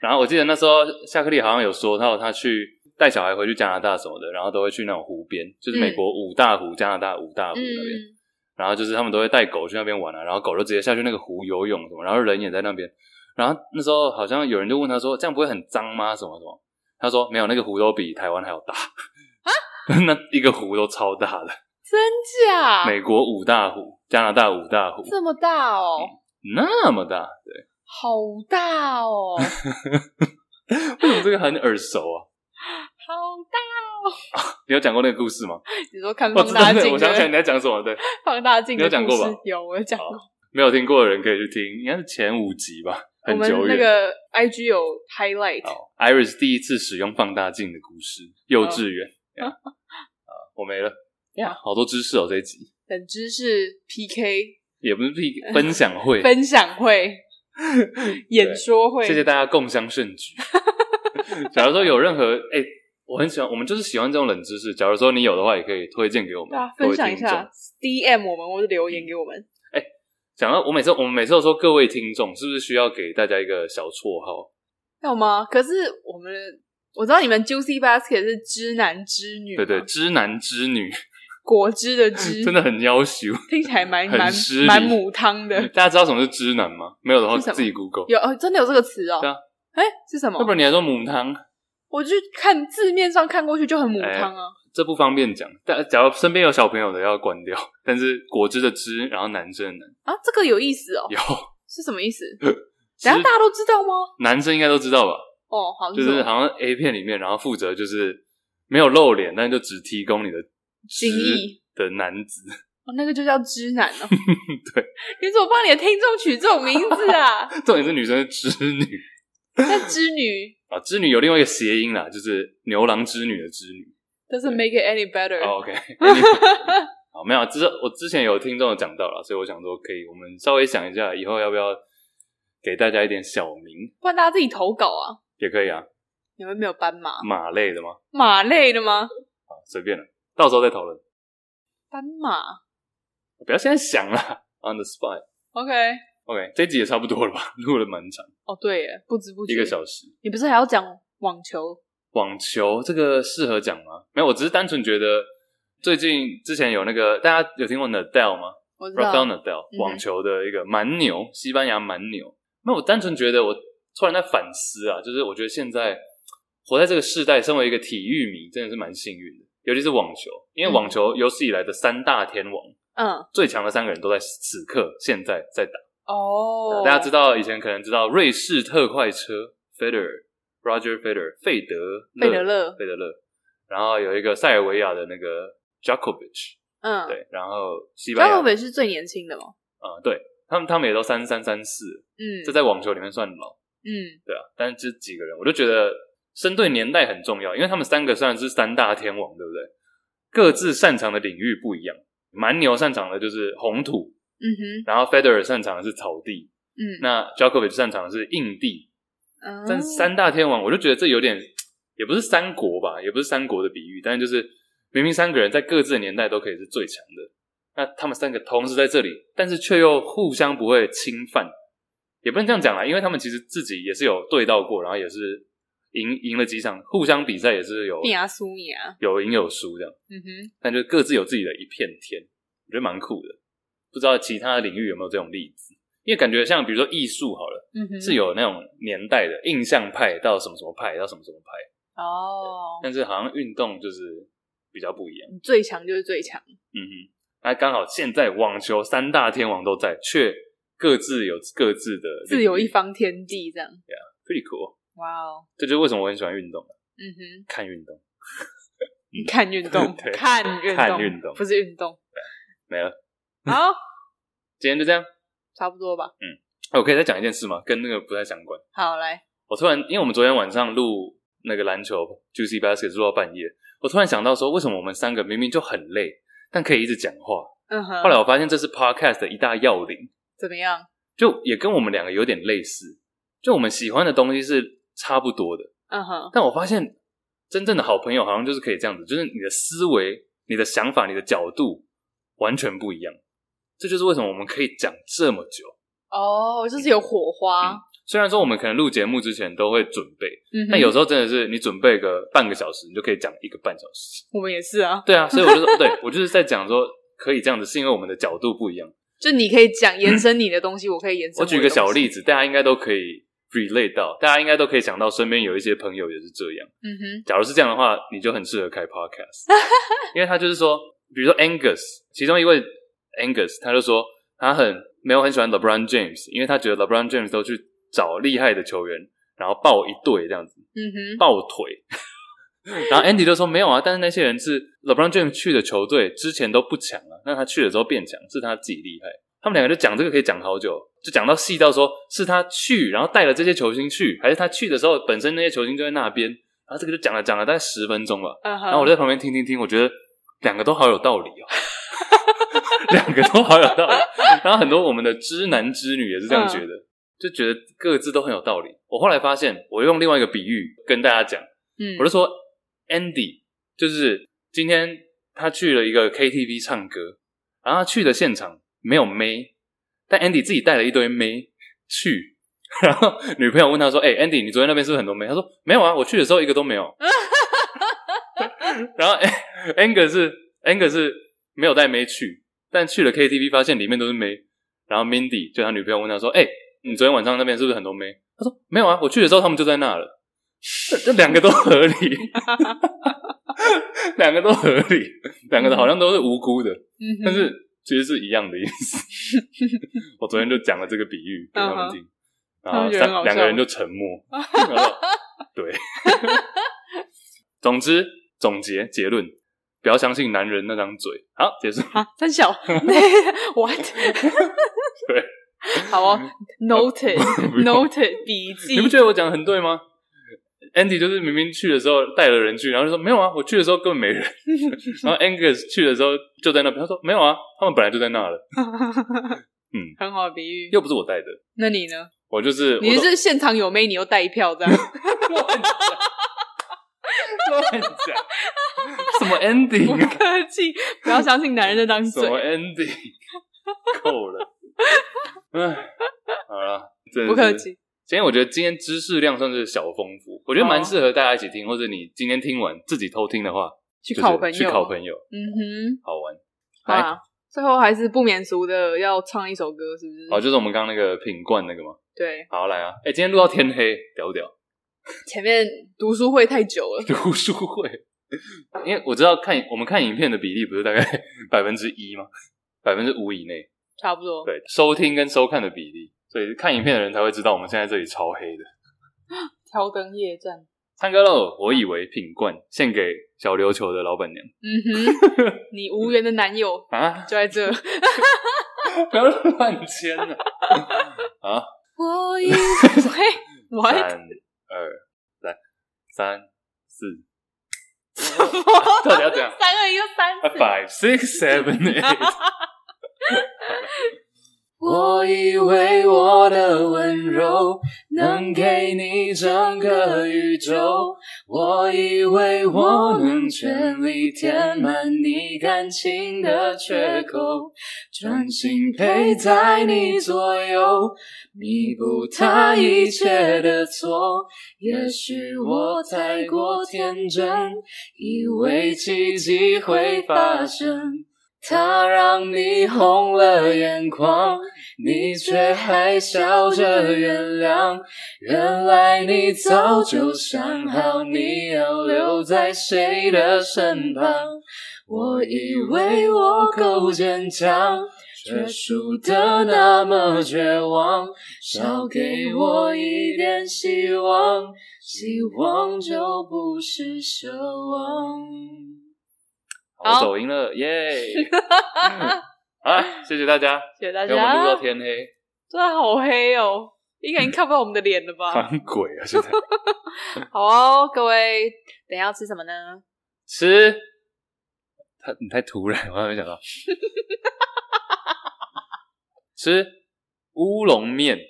[SPEAKER 1] 然后我记得那时候夏克立好像有说到他去带小孩回去加拿大什么的，然后都会去那种湖边，就是美国五大湖、加拿大五大湖那边，
[SPEAKER 2] 嗯，
[SPEAKER 1] 然后就是他们都会带狗去那边玩啊，然后狗就直接下去那个湖游泳什么，然后人也在那边。然后那时候好像有人就问他说：“这样不会很脏吗？什么什么？”他说：“没有，那个湖都比台湾还要大，
[SPEAKER 2] 啊
[SPEAKER 1] <laughs> 那一个湖都超大的，
[SPEAKER 2] 真假？
[SPEAKER 1] 美国五大湖、加拿大五大湖
[SPEAKER 2] 这么
[SPEAKER 1] 嗯
[SPEAKER 2] 大哦，
[SPEAKER 1] 那么大。” <laughs> 对，
[SPEAKER 2] 好
[SPEAKER 1] <laughs>
[SPEAKER 2] 大哦，
[SPEAKER 1] 为什么这个很耳熟啊？
[SPEAKER 2] 好大！
[SPEAKER 1] 你有讲过那个故事吗？
[SPEAKER 2] <laughs> 你说看
[SPEAKER 1] 我
[SPEAKER 2] 放
[SPEAKER 1] 知
[SPEAKER 2] 大
[SPEAKER 1] 道，
[SPEAKER 2] 镜，
[SPEAKER 1] 我想起来你在
[SPEAKER 2] 对
[SPEAKER 1] 讲什么。对，
[SPEAKER 2] 放大镜
[SPEAKER 1] 你
[SPEAKER 2] 的
[SPEAKER 1] 有讲
[SPEAKER 2] 故
[SPEAKER 1] 过
[SPEAKER 2] 事
[SPEAKER 1] 吧？哦
[SPEAKER 2] 有我有讲过。
[SPEAKER 1] 没有听过的人可以去听，应该是前五集吧，
[SPEAKER 2] 我
[SPEAKER 1] 很
[SPEAKER 2] 们
[SPEAKER 1] 久
[SPEAKER 2] 那
[SPEAKER 1] 远。
[SPEAKER 2] 个 IG 有 highlight，
[SPEAKER 1] 好，Iris 第一次使用放大镜的故事，
[SPEAKER 2] 哦
[SPEAKER 1] 幼稚
[SPEAKER 2] <laughs>
[SPEAKER 1] 园。这样啊，我没了。
[SPEAKER 2] Yeah
[SPEAKER 1] 好多知识哦，这一集
[SPEAKER 2] 冷知识 PK
[SPEAKER 1] 也
[SPEAKER 2] <laughs>
[SPEAKER 1] 不是屁分享会。
[SPEAKER 2] 分
[SPEAKER 1] <laughs>
[SPEAKER 2] 享会、演说会，
[SPEAKER 1] 谢谢大家共襄盛
[SPEAKER 2] <laughs>
[SPEAKER 1] 举。假如说有任何哎、我很喜欢，我们就是喜欢这种冷知识。假如说你有的话，也可以推荐给我们
[SPEAKER 2] 对啊，，
[SPEAKER 1] 各
[SPEAKER 2] 分
[SPEAKER 1] 位
[SPEAKER 2] 享一
[SPEAKER 1] 听众。嗯
[SPEAKER 2] 下 DM 我们或者留言给我们。
[SPEAKER 1] 讲到我每次，我们每次都说各位听众，是不是需要给大家一个小绰号？
[SPEAKER 2] 要吗？可是我们我知道你们 Juicy Basket 是知男知女，
[SPEAKER 1] 对对，，知男知女，
[SPEAKER 2] 果汁的
[SPEAKER 1] <laughs>
[SPEAKER 2] 汁，
[SPEAKER 1] 真的很要求。
[SPEAKER 2] 听起来蛮
[SPEAKER 1] 很
[SPEAKER 2] 蛮
[SPEAKER 1] 失礼
[SPEAKER 2] 蛮母汤的。
[SPEAKER 1] 大家知道什么是知男吗？没有的话
[SPEAKER 2] 是什么
[SPEAKER 1] 自己 Google。
[SPEAKER 2] 有哦，真的有这个词哦。
[SPEAKER 1] 对啊
[SPEAKER 2] 哎、是什么
[SPEAKER 1] 要不？然你还说母汤，
[SPEAKER 2] 我就看字面上看过去就很
[SPEAKER 1] 哎
[SPEAKER 2] 母汤啊。
[SPEAKER 1] 这不方便讲。但假如身边有小朋友的要关掉。 <laughs> 但是果汁的汁，然后男生的男
[SPEAKER 2] 啊，这个有意思哦， <laughs>
[SPEAKER 1] 有
[SPEAKER 2] 是什么意思？
[SPEAKER 1] 汁
[SPEAKER 2] 等一下大家都知道吗？
[SPEAKER 1] 男生应该都知道吧？
[SPEAKER 2] 哦，好，
[SPEAKER 1] 就
[SPEAKER 2] 什
[SPEAKER 1] 是
[SPEAKER 2] 么
[SPEAKER 1] 好像 A 片里面，然后负责就是没有露脸，但就只提供你的汁
[SPEAKER 2] 精益
[SPEAKER 1] 的男子。
[SPEAKER 2] 哦，那个就叫知男
[SPEAKER 1] <laughs>
[SPEAKER 2] 哦。
[SPEAKER 1] 对，
[SPEAKER 2] 你怎么帮你的听众取这种名字啊？
[SPEAKER 1] 重点是女生是织女
[SPEAKER 2] 那
[SPEAKER 1] <laughs>
[SPEAKER 2] 知女
[SPEAKER 1] 啊，织女有另外一个谐音啦，就是牛郎织女的织女。
[SPEAKER 2] doesn't make it any better。
[SPEAKER 1] 哦 OK，anyway <laughs> 好，没有，啊之我之前有听众有讲到了，所以我想说，可以我们稍微想一下，以后要不要给大家一点小名
[SPEAKER 2] 不然大家自己投稿啊。
[SPEAKER 1] 也可以啊，
[SPEAKER 2] 你们没有斑马
[SPEAKER 1] 马类的吗？
[SPEAKER 2] 马类的吗？
[SPEAKER 1] 啊，随便了，到时候再讨论，
[SPEAKER 2] 斑马
[SPEAKER 1] 不要现在想啦。On the spot。
[SPEAKER 2] ，OK。
[SPEAKER 1] OK，这集也差不多了吧？ <laughs> 录了蛮长，
[SPEAKER 2] 哦，对耶，不知不觉
[SPEAKER 1] 一个小时。
[SPEAKER 2] 你不是还要讲网球？
[SPEAKER 1] 网球这个适合讲吗？没有，我只是单纯觉得最近之前有那个大家有听过 Nadal 吗？
[SPEAKER 2] 我知
[SPEAKER 1] r a
[SPEAKER 2] 道
[SPEAKER 1] f a e l Nadal
[SPEAKER 2] 嗯
[SPEAKER 1] 网球的一个蛮牛，西班牙蛮牛。那我单纯觉得，我突然在反思啊，就是我觉得现在活在这个世代，身为一个体育迷，真的是蛮幸运的，尤其是网球，因为网球有史以来的三大天王。
[SPEAKER 2] 嗯，
[SPEAKER 1] 最强的三个人都在此刻现在在打。
[SPEAKER 2] 哦，
[SPEAKER 1] 大家知
[SPEAKER 2] 道
[SPEAKER 1] 道以前可能知道瑞士特快车 Federer、Roger Federer、费德勒
[SPEAKER 2] 费德勒，
[SPEAKER 1] 费德勒，然后有一个塞尔维亚的那个 Djokovic，、
[SPEAKER 2] 嗯，
[SPEAKER 1] 对，然后西班牙
[SPEAKER 2] 张伟是最年轻的嘛？
[SPEAKER 1] 啊、对他们他们也都三三三四，
[SPEAKER 2] 嗯，
[SPEAKER 1] 这在网球里面算老，
[SPEAKER 2] 嗯
[SPEAKER 1] 对啊。但是这几个人，我就觉得生对年代很重要，因为他们三个虽然是三大天王，对不对？各自擅长的领域不一样，蛮牛擅长的就是红土，
[SPEAKER 2] 嗯哼
[SPEAKER 1] 然后 Federer 擅长的是草地，
[SPEAKER 2] 嗯，
[SPEAKER 1] 那 Djokovic 擅长的是硬地，
[SPEAKER 2] 嗯
[SPEAKER 1] 但三大天王，我就觉得这有点也不是三国吧，也不是三国的比喻，但是就是明明三个人在各自的年代都可以是最强的，那他们三个同时在这里，但是却又互相不会侵犯，也不能这样讲啦，因为他们其实自己也是有对到过，然后也是赢赢了几场，互相比赛也是有
[SPEAKER 2] 变啊输你啊，
[SPEAKER 1] 有赢有输这样，
[SPEAKER 2] 嗯哼，
[SPEAKER 1] 但就各自有自己的一片天，我觉得蛮酷的。不知道其他的领域有没有这种例子，因为感觉像比如说艺术好了，
[SPEAKER 2] 嗯哼，
[SPEAKER 1] 是有那种年代的印象派到什么什么派到什么什么派，
[SPEAKER 2] 哦，
[SPEAKER 1] 但是好像运动就是比较不一样。
[SPEAKER 2] 最强就是最强，
[SPEAKER 1] 嗯哼，那刚好现在网球三大天王都在，却各自有各自的领域
[SPEAKER 2] 自有一方天地这样，
[SPEAKER 1] ，pretty cool。
[SPEAKER 2] 哇哦，
[SPEAKER 1] 这就是为什么我很喜欢运动，
[SPEAKER 2] 嗯哼，
[SPEAKER 1] 看运动，
[SPEAKER 2] 看运动
[SPEAKER 1] 嗯对
[SPEAKER 2] 看运动，
[SPEAKER 1] 看运动
[SPEAKER 2] 不是运
[SPEAKER 1] <laughs>
[SPEAKER 2] 动，
[SPEAKER 1] 没了。
[SPEAKER 2] 好，
[SPEAKER 1] 今天就这样。
[SPEAKER 2] 差不多吧，
[SPEAKER 1] 哎我可以再讲一件事吗？跟那个不太相关。
[SPEAKER 2] 好来，
[SPEAKER 1] 我突然，因为我们昨天晚上录那个篮球 Juicy Basket 录到半夜，我突然想到说，为什么我们三个明明就很累，但可以一直讲话？
[SPEAKER 2] 嗯哼，
[SPEAKER 1] 后来我发现这是 Podcast 的一大要领，
[SPEAKER 2] 怎么样？
[SPEAKER 1] 就也跟我们两个有点类似，就我们喜欢的东西是差不多的。
[SPEAKER 2] 嗯哼，
[SPEAKER 1] 但我发现，真正的好朋友好像就是可以这样子，就是你的思维、你的想法、你的角度完全不一样。这就是为什么我们可以讲这么久。
[SPEAKER 2] 哦，就是有火花，
[SPEAKER 1] 虽然说我们可能录节目之前都会准备，
[SPEAKER 2] 嗯哼，
[SPEAKER 1] 但有时候真的是你准备个半个小时，你就可以讲一个半小时。
[SPEAKER 2] 我们也是啊，
[SPEAKER 1] 对啊，所以我就说，对我就是在讲说可以这样子，是因为我们的角度不一样。
[SPEAKER 2] 就你可以讲延伸你的东西，我可以延伸
[SPEAKER 1] 我
[SPEAKER 2] 的东西。
[SPEAKER 1] 举个小例子，大家应该都可以 relate 到，大家应该都可以想到身边有一些朋友也是这样。
[SPEAKER 2] 嗯哼，
[SPEAKER 1] 假如是这样的话，你就很适合开 podcast，因为他就是说，比如说 Angus，其中一位 Angus，他就说他很没有很喜欢 LeBron James，因为他觉得 LeBron James 都去找厉害的球员，然后抱一队这样子
[SPEAKER 2] 嗯哼，
[SPEAKER 1] 抱腿。 <laughs> 然后 Andy 就说没有啊，但是那些人是 LeBron James 去的球队之前都不强啊，那他去了之后变强，是他自己厉害。他们两个就讲这个可以讲好久，就讲到细到说是他去，然后带了这些球星去，还是他去的时候本身那些球星就在那边。然后这个就讲了讲了大概十分钟吧，
[SPEAKER 2] 嗯哼，
[SPEAKER 1] 然后我在旁边听听听，我觉得两个都好有道理哦， <laughs> 两个都好有道理。然后很多我们的知男知女也是这样觉得，就觉得各自都很有道理。我后来发现，我用另外一个比喻跟大家讲，
[SPEAKER 2] 嗯，
[SPEAKER 1] 我就说 Andy 就是今天他去了一个 KTV 唱歌，然后他去的现场没有妹，但 Andy 自己带了一堆妹去。然后女朋友问他说：“哎、a n d y 你昨天那边是不是很多妹？”他说：“没有啊，我去的时候一个都没有。” <laughs> 然后 Ang 是 Ang 是没有带妹去，但去了 KTV 发现里面都是妹。然后 Mindy 就他女朋友问他说：“哎、你昨天晚上那边是不是很多妹？”他说：“没有啊，我去的时候他们就在那了。”这这两个都合理，两个都合理，两个好像都是无辜的，
[SPEAKER 2] 嗯哼，
[SPEAKER 1] 但是其实是一样的意思。 <laughs> 我昨天就讲了这个比喻给他们听，然
[SPEAKER 2] 嗯他
[SPEAKER 1] 后
[SPEAKER 2] 们觉得
[SPEAKER 1] 三
[SPEAKER 2] 很好笑
[SPEAKER 1] 两个人就沉
[SPEAKER 2] <laughs>
[SPEAKER 1] 默。然后对， <laughs> 总之总结结论，不要相信男人那张嘴。好，结束。
[SPEAKER 2] 啊，
[SPEAKER 1] <laughs>
[SPEAKER 2] 三小，what？
[SPEAKER 1] 对，嗯
[SPEAKER 2] 好哦
[SPEAKER 1] <laughs> 不用
[SPEAKER 2] ，noted，noted，笔记
[SPEAKER 1] 你不。觉得我讲的很对吗？Andy 就是明明去的时候带了人去，然后就说没有啊，我去的时候根本没人。 <laughs> 然后 Angus 去的时候就在那边，他说没有啊，他们本来就在那了，嗯，
[SPEAKER 2] 很好的比喻。
[SPEAKER 1] 又不是我带的，
[SPEAKER 2] 那你呢？
[SPEAKER 1] 我就是
[SPEAKER 2] 你
[SPEAKER 1] 我都
[SPEAKER 2] 是现场有妹，你又带一
[SPEAKER 1] <laughs>
[SPEAKER 2] 票这样？
[SPEAKER 1] 乱讲， <laughs> 乱讲，什么 Andy
[SPEAKER 2] 不
[SPEAKER 1] 啊，
[SPEAKER 2] 客气，不要相信男人那
[SPEAKER 1] <laughs>
[SPEAKER 2] 张
[SPEAKER 1] 什
[SPEAKER 2] 嘴。
[SPEAKER 1] 么
[SPEAKER 2] <laughs>
[SPEAKER 1] Andy，够了，唉，好了，真的
[SPEAKER 2] 不
[SPEAKER 1] 是
[SPEAKER 2] 客气，
[SPEAKER 1] 今天我觉得今天知识量算是小丰富，我觉得蛮
[SPEAKER 2] 哦
[SPEAKER 1] 适合大家一起听，或者你今天听完自己偷听的话，
[SPEAKER 2] 去
[SPEAKER 1] 就是
[SPEAKER 2] 考朋友，
[SPEAKER 1] 去考朋友，哎
[SPEAKER 2] 嗯
[SPEAKER 1] 好玩。
[SPEAKER 2] 哼，
[SPEAKER 1] 来，
[SPEAKER 2] 啊，最后还是不免俗的要唱一首歌，是不是？
[SPEAKER 1] 哦，就是我们刚刚那个品冠那个嘛。
[SPEAKER 2] 对，
[SPEAKER 1] 好，来啊！哎，今天录到天黑，屌不屌？
[SPEAKER 2] 前面读书会太久了，
[SPEAKER 1] 读书会， <laughs> 因为我知道看我们看影片的比例不是大概 <laughs> 百分之一吗？百分之五以内，
[SPEAKER 2] 差不多。
[SPEAKER 1] 对，收听跟收看的比例，所以看影片的人才会知道我们现在这里超黑的。
[SPEAKER 2] 挑灯夜战，嗯
[SPEAKER 1] 唱歌喽！我以为品冠献给小琉球的老板娘
[SPEAKER 2] 嗯哼，
[SPEAKER 1] <laughs>
[SPEAKER 2] 你无缘的男友
[SPEAKER 1] 啊，
[SPEAKER 2] 就在这。
[SPEAKER 1] <laughs> 不要乱签了。
[SPEAKER 2] 我 <laughs> 以为 what
[SPEAKER 1] <laughs> 三二来，三四， <laughs> 到底要怎 <laughs> 样？啊
[SPEAKER 2] 三二一又三
[SPEAKER 1] A
[SPEAKER 2] 四，
[SPEAKER 1] five, six, seven, eight.
[SPEAKER 3] 我以为我的温柔能给你整个宇宙，我以为我能全力填满你感情的缺口，专心陪在你左右，弥补他一切的错。也许我太过天真，以为奇迹会发生。他让你红了眼眶，你却还笑着原谅。原来你早就想好，你要留在谁的身旁。我以为我够坚强，却输得那么绝望。少给我一点希望，希望就不是奢望。
[SPEAKER 1] 我
[SPEAKER 2] 好
[SPEAKER 1] 走音了，
[SPEAKER 2] <laughs>
[SPEAKER 1] 耶！嗯啊，谢谢大家，
[SPEAKER 2] 谢谢大
[SPEAKER 1] 给我们录到
[SPEAKER 2] 家。
[SPEAKER 1] 天黑，
[SPEAKER 2] 真的好黑哦，应该已经看不到我们的脸了吧？
[SPEAKER 1] <laughs> 翻鬼
[SPEAKER 2] <laughs>
[SPEAKER 1] 啊！现在
[SPEAKER 2] 好哦，各位，等一下要吃什么呢？
[SPEAKER 1] 吃，他你太突然，我还没想到，吃乌龙面，哎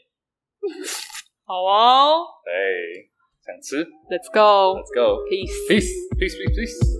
[SPEAKER 2] 好哦
[SPEAKER 1] 哎，想吃
[SPEAKER 2] ，Let's go，peace。
[SPEAKER 1] ，Let's go，peace，peace，peace，peace。